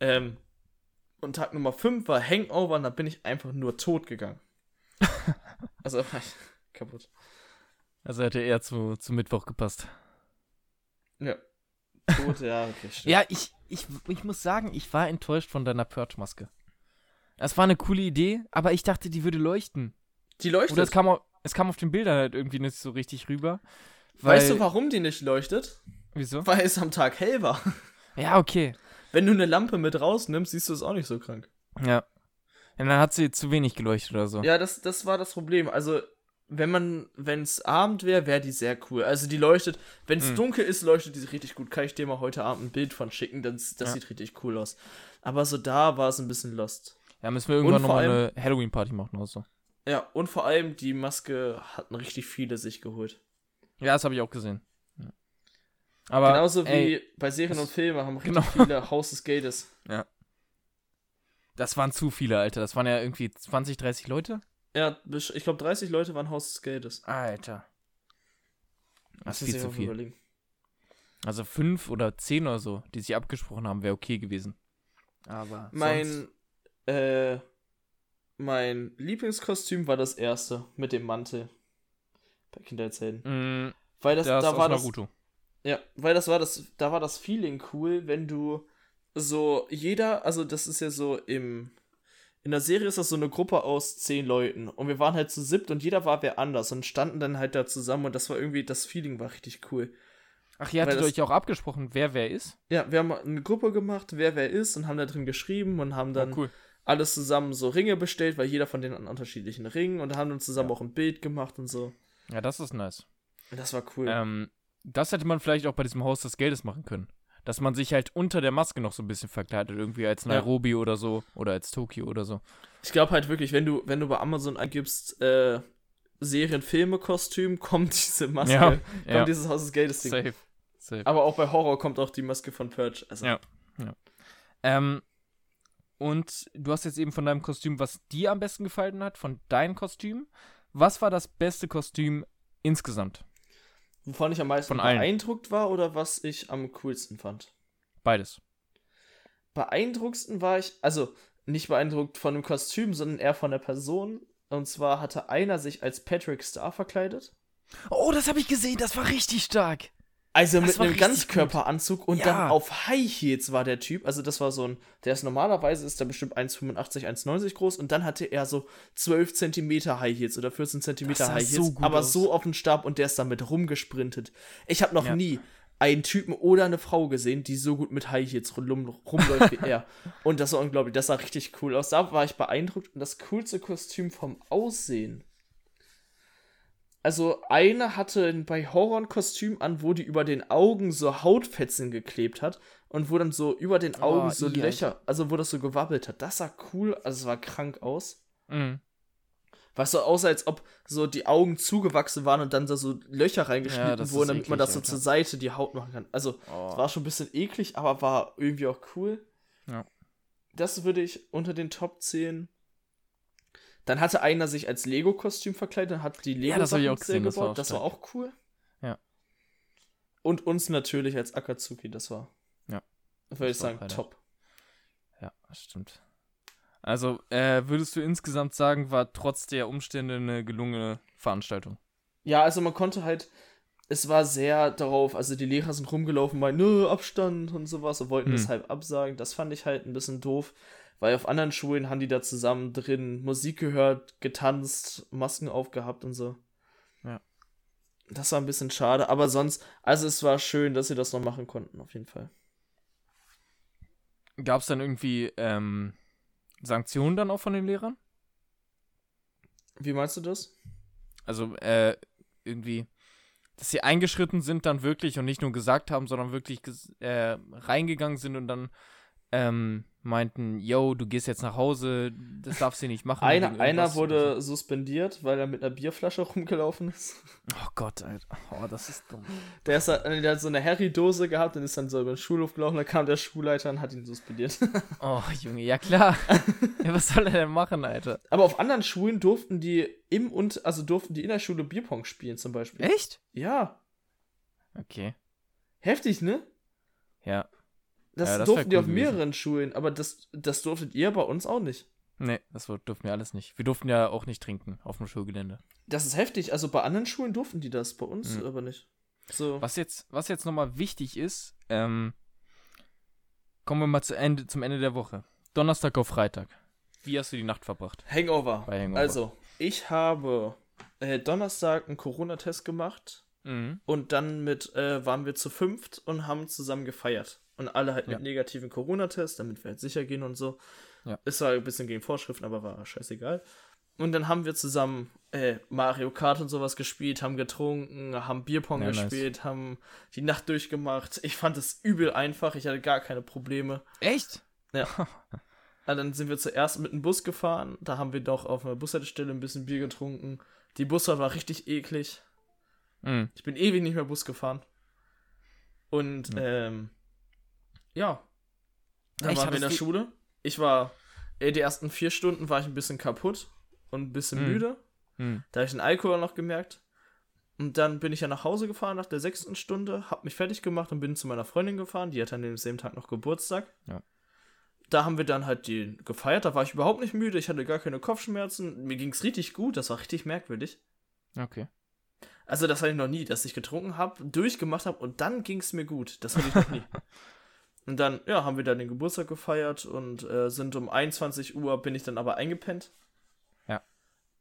S1: Ähm, und Tag Nummer 5 war Hangover und da bin ich einfach nur tot gegangen. also war ich kaputt.
S2: Also hätte eher zu, zu Mittwoch gepasst.
S1: Ja. Tot, ja, okay, stimmt.
S2: Ja, ich, ich, ich muss sagen, ich war enttäuscht von deiner Purge-Maske. Das war eine coole Idee, aber ich dachte, die würde leuchten.
S1: Die leuchtet.
S2: Oder es kam, au- es kam auf den Bildern halt irgendwie nicht so richtig rüber. Weil,
S1: weißt du, warum die nicht leuchtet?
S2: Wieso?
S1: Weil es am Tag hell war.
S2: Ja, okay.
S1: Wenn du eine Lampe mit rausnimmst, siehst du es auch nicht so krank.
S2: Ja. Und dann hat sie zu wenig geleuchtet oder so.
S1: Ja, das, das war das Problem. Also, wenn man, wenn es Abend wäre, wäre die sehr cool. Also die leuchtet, wenn es
S2: Mhm.
S1: dunkel ist, leuchtet die richtig gut. Kann ich dir mal heute Abend ein Bild von schicken, das, das
S2: Ja.
S1: sieht richtig cool aus. Aber so da war es ein bisschen lost.
S2: Da müssen wir irgendwann
S1: Und vor
S2: nochmal eine Halloween-Party machen oder so.
S1: Ja, und vor allem die Maske hatten richtig viele sich geholt.
S2: Ja, das habe ich auch gesehen. Ja. Aber,
S1: Genauso wie
S2: ey,
S1: bei Serien
S2: das-
S1: und Filmen haben richtig
S2: genau.
S1: viele Haus des Geldes.
S2: das waren zu viele, Alter. Das waren ja irgendwie 20, 30 Leute.
S1: Ja, besch- ich glaube 30 Leute waren Haus des Geldes.
S2: Alter.
S1: Muss
S2: Das ist
S1: ich
S2: viel
S1: mir
S2: zu
S1: mal
S2: viel.
S1: überlegen.
S2: Also fünf oder zehn oder so, die sich abgesprochen haben, wäre okay gewesen. Aber sonst-
S1: Mein, äh, mein Lieblingskostüm war das erste mit dem Mantel. Bei Kindheitshelden.
S2: Mm,
S1: Weil das,
S2: das, das
S1: da
S2: aus
S1: war das,
S2: Naruto.
S1: ja, weil das war das, da war das Feeling cool, wenn du so jeder, also das ist ja so im, in der Serie ist das so eine Gruppe aus zehn Leuten und wir waren halt zu siebt und jeder war wer anders und standen dann halt da zusammen und das war irgendwie, das Feeling war richtig cool.
S2: Ach, ihr
S1: weil
S2: hattet
S1: das-
S2: euch auch abgesprochen, wer wer ist.
S1: Ja, wir haben eine Gruppe gemacht, wer wer ist und haben da drin geschrieben und haben dann
S2: oh, cool.
S1: alles zusammen so Ringe bestellt, weil jeder von denen einen unterschiedlichen Ring und haben uns zusammen
S2: Ja.
S1: auch ein Bild gemacht und so.
S2: Ja, das ist nice.
S1: Und Das war cool.
S2: Ähm, das hätte man vielleicht auch bei diesem Haus des Geldes machen können. Dass man sich halt unter der Maske noch so ein bisschen verkleidet, irgendwie als
S1: Ja.
S2: Nairobi oder so oder als Tokio oder so.
S1: Ich glaube halt wirklich, wenn du, wenn du bei Amazon eingibst, äh, Serien, Filme, Kostüm, kommt diese Maske,
S2: Ja,
S1: kommt
S2: ja.
S1: dieses Haus des Geldes Ding.
S2: Safe. Safe.
S1: Aber auch bei Horror kommt auch die Maske von Purge. Also,
S2: Ja. Ähm, und du hast jetzt eben von deinem Kostüm, was dir am besten gefallen hat, von deinem Kostüm. Was war das beste Kostüm insgesamt?
S1: wovon ich am meisten
S2: Von allen.
S1: beeindruckt war oder was ich am coolsten fand.
S2: Beides.
S1: Beeindrucksten war ich, also nicht beeindruckt von dem Kostüm, sondern eher von der Person. Und zwar hatte einer sich als Patrick Star verkleidet.
S2: Oh, das habe ich gesehen, das war richtig stark.
S1: Also
S2: Das
S1: mit
S2: war
S1: einem
S2: richtig
S1: Ganzkörperanzug und
S2: Ja.
S1: dann auf High Heels war der Typ. Also das war so ein, der ist normalerweise ist er bestimmt 1,85, 1,90 groß und dann hatte er so 12 Zentimeter High Heels oder 14 Zentimeter
S2: sah
S1: High Heels,
S2: so gut
S1: aber
S2: aus.
S1: so auf den Stab und der ist damit rumgesprintet. Ich habe noch
S2: Ja.
S1: nie einen Typen oder eine Frau gesehen, die so gut mit High Heels rum, rumläuft wie er. Und das war unglaublich, das sah richtig cool aus. Da war ich beeindruckt und das coolste Kostüm vom Aussehen. Also eine hatte ein bei Horror ein Kostüm an, wo die über den Augen so Hautfetzen geklebt hat und wo dann so über den Augen
S2: Oh,
S1: so
S2: i,
S1: Löcher, also wo das so gewabbelt hat. Das sah cool, also es war krank aus.
S2: Mhm.
S1: Was so aussah, als ob so die Augen zugewachsen waren und dann da so Löcher
S2: Ja,
S1: reingeschnitten
S2: das ist
S1: wurden, damit man
S2: eklig,
S1: das so
S2: Alter.
S1: zur Seite die Haut machen kann. Also, es
S2: Oh.
S1: war schon ein bisschen eklig, aber war irgendwie auch cool.
S2: Ja.
S1: Das würde ich unter den Top 10. Dann hatte einer sich als Lego-Kostüm verkleidet und hat die lego
S2: das hab ich auch
S1: Sachen sehr
S2: gesehen, das war
S1: gebaut.
S2: auch
S1: Das war auch cool.
S2: Ja.
S1: Und uns natürlich als Akatsuki, das war.
S2: Ja.
S1: Würde ich
S2: Das war
S1: sagen,
S2: auch einer.
S1: top.
S2: Ja, das stimmt. Also, äh, würdest du insgesamt sagen, war trotz der Umstände eine gelungene Veranstaltung?
S1: Ja, also man konnte halt, es war sehr darauf, also die Lehrer sind rumgelaufen, meinten, nö, Abstand und sowas und wollten
S2: Hm.
S1: deshalb absagen. Das fand ich halt ein bisschen doof, weil auf anderen Schulen haben die da zusammen drin Musik gehört, getanzt, Masken aufgehabt und so.
S2: Ja.
S1: Das war ein bisschen schade, aber sonst, also es war schön, dass sie das noch machen konnten, auf jeden Fall.
S2: Gab es dann irgendwie ähm, Sanktionen dann auch von den Lehrern?
S1: Wie meinst du das?
S2: Also äh, irgendwie, dass sie eingeschritten sind dann wirklich und nicht nur gesagt haben, sondern wirklich ges- äh, reingegangen sind und dann ähm, meinten, yo, du gehst jetzt nach Hause, das darfst du nicht machen.
S1: Einer,
S2: wegen
S1: einer
S2: irgendwas oder
S1: wurde suspendiert, weil er mit einer Bierflasche rumgelaufen ist.
S2: so. Oh Gott, Alter. Oh, das ist dumm.
S1: Der, ist, da- der hat so eine Harry-Dose gehabt und ist dann so über den Schulhof gelaufen. Da kam der Schulleiter und hat ihn suspendiert.
S2: Oh, Junge, ja klar. ja, was soll er denn machen, Alter?
S1: Aber auf anderen Schulen durften die im und also durften die in der Schule Bierpong spielen zum Beispiel.
S2: Echt?
S1: Ja,
S2: Okay.
S1: heftig, ne?
S2: Ja.
S1: Das,
S2: Ja, das wär
S1: durften die
S2: cool
S1: auf
S2: gewesen.
S1: mehreren Schulen, aber das, das durftet ihr bei uns auch nicht.
S2: Nee, das wur- durften wir alles nicht. Wir durften ja auch nicht trinken auf dem Schulgelände.
S1: Das ist heftig. Also bei anderen Schulen durften die das, bei uns
S2: Mhm.
S1: aber nicht. So.
S2: Was jetzt, was jetzt nochmal wichtig ist, ähm, kommen wir mal zu Ende, zum Ende der Woche. Donnerstag auf Freitag. Wie hast du die Nacht verbracht?
S1: Hangover.
S2: Bei Hangover.
S1: Also, ich habe äh, Donnerstag einen Corona-Test gemacht
S2: Mhm.
S1: und dann mit äh, waren wir zu fünft und haben zusammen gefeiert. Und alle halt mit
S2: Ja.
S1: negativen Corona-Test, damit wir halt sicher gehen und so.
S2: Ja.
S1: Es war ein bisschen gegen Vorschriften, aber war scheißegal. Und dann haben wir zusammen äh, Mario Kart und sowas gespielt, haben getrunken, haben Bierpong
S2: Ja, nice.
S1: gespielt, haben die Nacht durchgemacht. Ich fand es übel einfach, ich hatte gar keine Probleme.
S2: Echt?
S1: Ah, dann sind wir zuerst mit dem Bus gefahren, da haben wir doch auf einer Bushaltestelle ein bisschen Bier getrunken. Die Busfahrt war richtig eklig.
S2: Mhm.
S1: Ich bin ewig nicht mehr Bus gefahren. Und, ähm, ja. Dann
S2: Echt,
S1: waren wir in
S2: hattest
S1: der
S2: du-
S1: Schule. Ich war, äh, die ersten vier Stunden war ich ein bisschen kaputt und ein bisschen
S2: Mhm.
S1: müde.
S2: Mhm.
S1: Da habe ich den Alkohol noch gemerkt. Und dann bin ich ja nach Hause gefahren nach der sechsten Stunde, habe mich fertig gemacht und bin zu meiner Freundin gefahren. Die hatte an demselben Tag noch Geburtstag.
S2: Ja.
S1: Da haben wir dann halt die gefeiert. Da war ich überhaupt nicht müde. Ich hatte gar keine Kopfschmerzen. Mir ging es richtig gut. Das war richtig merkwürdig.
S2: Okay.
S1: Also das hatte ich noch nie, dass ich getrunken habe, durchgemacht habe und dann ging es mir gut. Das hatte ich noch nie. und dann, ja, haben wir dann den Geburtstag gefeiert und äh, sind um 21 Uhr, bin ich dann aber eingepennt.
S2: Ja.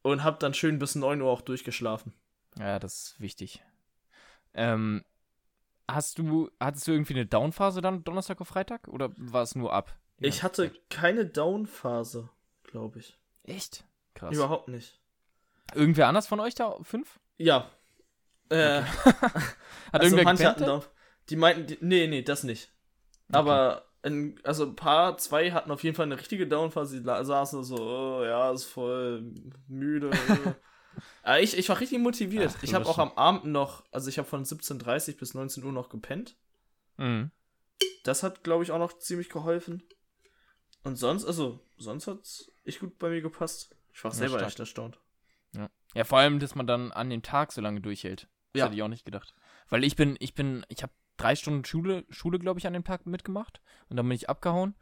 S1: Und habe dann schön bis 9 Uhr auch durchgeschlafen.
S2: Ja, das ist wichtig. Ähm, hast du, hattest du irgendwie eine Downphase dann Donnerstag auf Freitag? Oder war es nur ab? Die
S1: ich
S2: ganze
S1: hatte
S2: Zeit?
S1: keine Down-Phase, glaube ich.
S2: Echt? Krass.
S1: Überhaupt nicht.
S2: Irgendwer anders von euch da? Fünf?
S1: Ja. Äh,
S2: Hat
S1: also
S2: irgendwer
S1: manche
S2: gepennt?
S1: hatten
S2: da?
S1: Down. Die meinten, die, nee, nee, das nicht. Aber ein, also ein paar, zwei hatten auf jeden Fall eine richtige Downphase. Die la- saßen so, oh, ja, ist voll müde. Aber ich, ich war richtig motiviert.
S2: Ach, du
S1: ich habe
S2: bist
S1: auch am Abend noch, also ich habe von 17.30 bis 19 Uhr noch gepennt.
S2: Mhm.
S1: Das hat, glaube ich, auch noch ziemlich geholfen. Und sonst, also, sonst hat's echt gut bei mir gepasst. Ich war
S2: Ja,
S1: selber
S2: stark.
S1: echt erstaunt.
S2: Ja, vor allem, dass man dann an dem Tag so lange durchhält. Das
S1: Ja.
S2: hätte ich auch nicht gedacht. Weil ich bin, ich bin, ich habe drei Stunden Schule, Schule glaube ich, an dem Tag mitgemacht. Und dann bin ich abgehauen.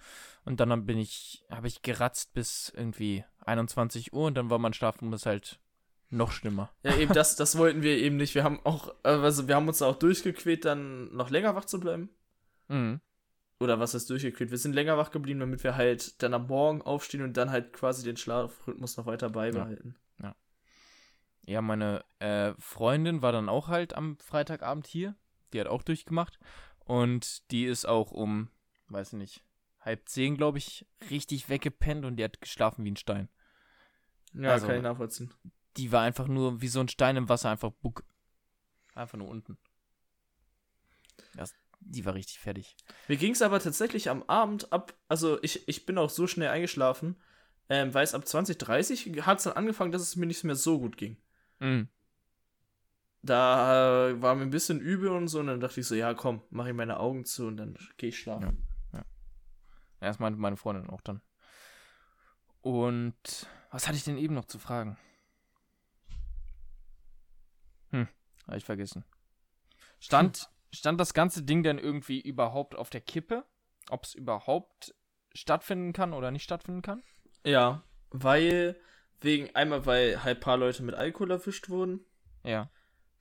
S2: Und dann bin ich, habe ich geratzt bis irgendwie 21 Uhr. Und dann war mein Schlafrhythmus halt noch schlimmer.
S1: Ja, eben das, das wollten wir eben nicht. Wir haben auch, also wir haben uns da auch durchgequält, dann noch länger wach zu bleiben.
S2: Mhm.
S1: oder was heißt durchgekühlt, wir sind länger wach geblieben, damit wir halt dann am Morgen aufstehen und dann halt quasi den Schlafrhythmus noch weiter beibehalten.
S2: Ja, meine äh, Freundin war dann auch halt am Freitagabend hier. die hat auch durchgemacht. Und die ist auch um, weiß nicht, halb zehn, glaube ich, richtig weggepennt und die hat geschlafen wie ein Stein.
S1: Ja,
S2: Also-
S1: kann ich nachvollziehen.
S2: Die war einfach nur wie so ein Stein im Wasser, einfach buck. Einfach nur unten. Das, die war richtig fertig.
S1: Mir ging es aber tatsächlich am Abend ab, also ich, ich bin auch so schnell eingeschlafen, ähm, weil es ab 20.30 hat es dann angefangen, dass es mir nicht mehr so gut ging.
S2: Mhm.
S1: Da äh, war mir ein bisschen übel und so, und dann dachte ich so, ja komm, mache ich meine Augen zu und dann gehe ich schlafen.
S2: Ja, das meinte meine Freundin auch dann. Und was hatte ich denn eben noch zu fragen? Hm, habe ich vergessen. Stand, stand das ganze Ding denn irgendwie überhaupt auf der Kippe? Ob es überhaupt stattfinden kann oder nicht stattfinden kann?
S1: Ja, weil, wegen, einmal weil halt ein paar Leute mit Alkohol erwischt wurden.
S2: Ja.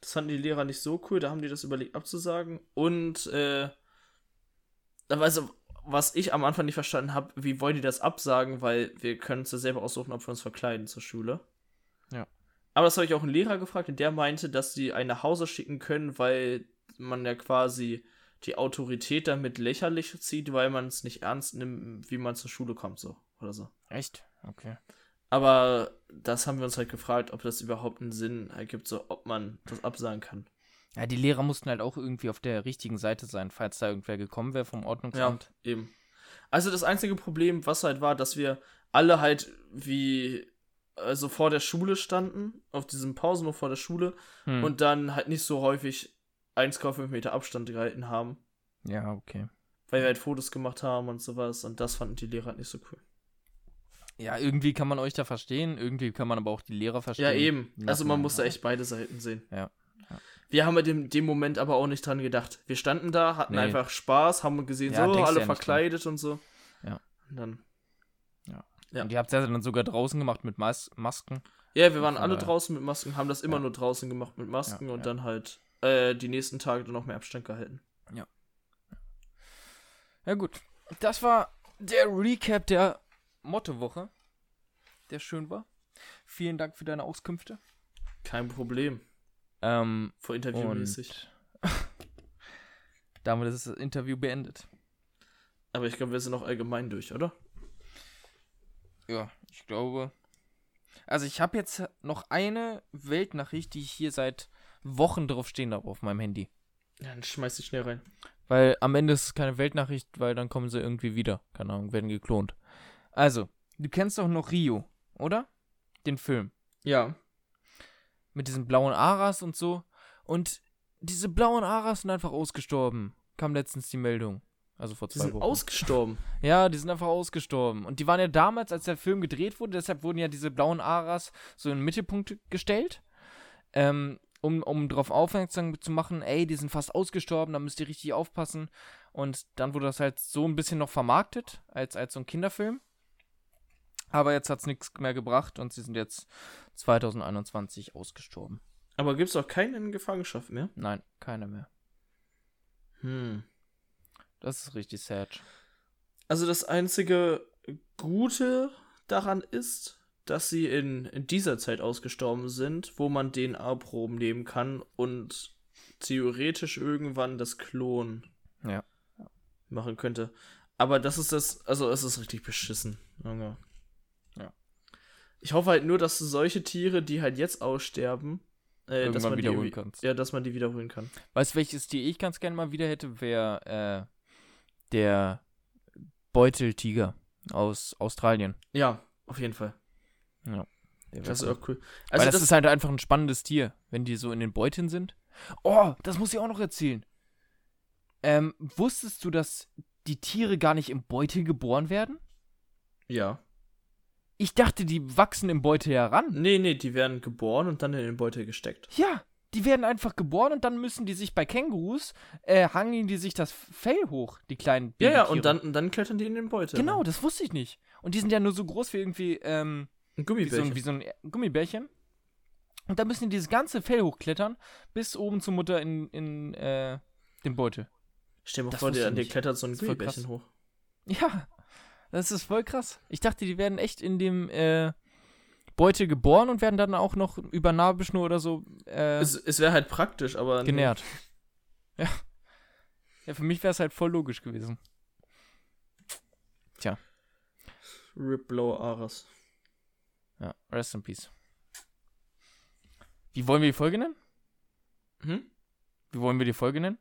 S1: Das fanden die Lehrer nicht so cool, da haben die das überlegt abzusagen. Und, äh, also, was ich am Anfang nicht verstanden habe, wie wollen die das absagen, weil wir können uns ja selber aussuchen, ob wir uns verkleiden zur Schule.
S2: Ja.
S1: Aber das habe ich auch einen Lehrer gefragt und der meinte, dass die einen nach Hause schicken können, weil man ja quasi die Autorität damit lächerlich zieht, weil man es nicht ernst nimmt, wie man zur Schule kommt, so oder so.
S2: Echt? Okay.
S1: Aber das haben wir uns halt gefragt, ob das überhaupt einen Sinn ergibt, so ob man das absagen kann.
S2: Ja, die Lehrer mussten halt auch irgendwie auf der richtigen Seite sein, falls da irgendwer gekommen wäre vom
S1: Ja,
S2: Ordnungsamt.
S1: eben. Also das einzige Problem, was halt war, dass wir alle halt wie also vor der Schule standen, auf diesem Pausenhof vor der Schule
S2: Hm.
S1: und dann halt nicht so häufig 1,5 Meter Abstand gehalten haben,
S2: ja, okay.
S1: weil wir halt Fotos gemacht haben und sowas und das fanden die Lehrer halt nicht so cool.
S2: Ja, irgendwie kann man euch da verstehen, irgendwie kann man aber auch die Lehrer verstehen.
S1: Ja, eben.
S2: Die
S1: Also man
S2: Nachbarn.
S1: muss da echt beide Seiten sehen.
S2: Ja, ja.
S1: Wir haben halt in dem, dem Moment aber auch nicht dran gedacht. Wir standen da, hatten
S2: Nee.
S1: einfach Spaß, haben gesehen,
S2: Ja,
S1: so,
S2: denkst
S1: alle
S2: ja nicht dran.
S1: verkleidet und so.
S2: Ja.
S1: Und dann, ja.
S2: Und ihr habt ja dann sogar draußen gemacht mit Mas Masken.
S1: ja, wir waren
S2: Von
S1: alle
S2: daher.
S1: draußen mit Masken, haben das immer
S2: Ja.
S1: nur draußen gemacht mit Masken
S2: Ja,
S1: und
S2: ja.
S1: dann halt äh, die nächsten Tage dann noch mehr Abstand gehalten.
S2: Ja gut, das war der Recap der Mottowoche, der schön war. Vielen Dank für deine Auskünfte.
S1: Kein Problem.
S2: Ähm,
S1: Vor interviewmäßig.
S2: und damit ist das Interview beendet.
S1: Aber ich glaube, wir sind auch allgemein durch, oder?
S2: Ja, ich glaube. Also ich habe jetzt noch eine Weltnachricht, die ich hier seit Wochen drauf stehen habe auf meinem Handy.
S1: Ja, dann schmeiß dich schnell rein.
S2: Weil am Ende ist es keine Weltnachricht, weil dann kommen sie irgendwie wieder. Keine Ahnung, werden geklont. Also, du kennst doch noch Rio, oder? Den Film.
S1: Ja.
S2: Mit diesen blauen Aras und so. Und diese blauen Aras sind einfach ausgestorben. Kam letztens die Meldung. Also vor
S1: Die
S2: zwei
S1: sind
S2: Wochen.
S1: ausgestorben.
S2: ja, die sind einfach ausgestorben. Und die waren ja damals, als der Film gedreht wurde, deshalb wurden ja diese blauen Aras so in den Mittelpunkt gestellt. Ähm, um, um darauf aufmerksam zu machen, ey, die sind fast ausgestorben, da müsst ihr richtig aufpassen. Und dann wurde das halt so ein bisschen noch vermarktet, als, als so ein Kinderfilm. Aber jetzt hat es nichts mehr gebracht und sie sind jetzt 2021 ausgestorben.
S1: Aber gibt's auch keinen in Gefangenschaft mehr?
S2: Nein, keine mehr.
S1: Hm.
S2: Das ist richtig sad.
S1: Also das einzige Gute daran ist, dass sie in, in dieser Zeit ausgestorben sind, wo man DNA-Proben nehmen kann und theoretisch irgendwann das Klon
S2: Ja.
S1: machen könnte. Aber das ist das, also es ist richtig beschissen. Junge.
S2: Ja.
S1: Ich hoffe halt nur, dass solche Tiere, die halt jetzt aussterben, äh, dass
S2: Irgendwann
S1: man
S2: wieder
S1: die
S2: holen
S1: irgendwie-
S2: kannst.
S1: Ja, dass man die wiederholen kann.
S2: Weißt du, welches Tier ich ganz gerne mal wieder hätte, wäre äh, der Beuteltiger aus Australien.
S1: Ja, auf jeden Fall.
S2: Der wär
S1: Das ist
S2: cool.
S1: auch cool.
S2: Weil das, ist halt einfach ein spannendes Tier, wenn die so in den Beuteln sind. Oh, das muss ich auch noch erzählen. Ähm, wusstest du, dass die Tiere gar nicht im Beutel geboren werden?
S1: ja.
S2: Ich dachte, die wachsen im Beutel heran.
S1: Nee, nee, die werden geboren und dann in den Beutel gesteckt.
S2: Ja, die werden einfach geboren und dann müssen die sich bei Kängurus, äh, hangeln die sich das Fell hoch, die kleinen
S1: Ja, ja,
S2: Babytiere.
S1: und dann, und dann klettern die in den Beutel.
S2: Genau,
S1: rein.
S2: das wusste ich nicht. Und die sind ja nur so groß wie irgendwie, ähm,
S1: Ein
S2: wie so,
S1: Gummibärchen.
S2: ein, wie so ein Gummibärchen. Und dann müssen die dieses ganze Fell hochklettern, bis oben zur Mutter in, in äh, den Beutel.
S1: Stell dir mal
S2: das
S1: vor,
S2: wusste
S1: dir,
S2: ich
S1: dir
S2: nicht.
S1: klettert so ein
S2: ist voll
S1: Gummibärchen hoch.
S2: Ja, das ist voll krass. Ich dachte, die werden echt in dem äh, Beutel geboren und werden dann auch noch über Nabelschnur oder so äh,
S1: Es, es wäre halt praktisch, aber. nee.
S2: genährt. Ja, für mich wäre es halt voll logisch gewesen.
S1: Rip Blow Aras.
S2: Ja, rest in peace. Wie wollen wir die Folge nennen?
S1: Hm?
S2: Wie wollen wir die Folge nennen?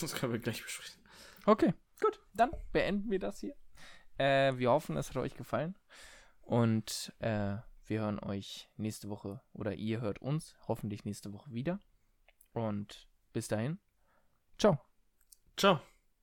S1: Das können wir gleich besprechen.
S2: Okay, gut. Dann beenden wir das hier. Äh, wir hoffen, es hat euch gefallen. Und äh, wir hören euch nächste Woche oder ihr hört uns hoffentlich nächste Woche wieder. Und bis dahin. Ciao.
S1: Ciao.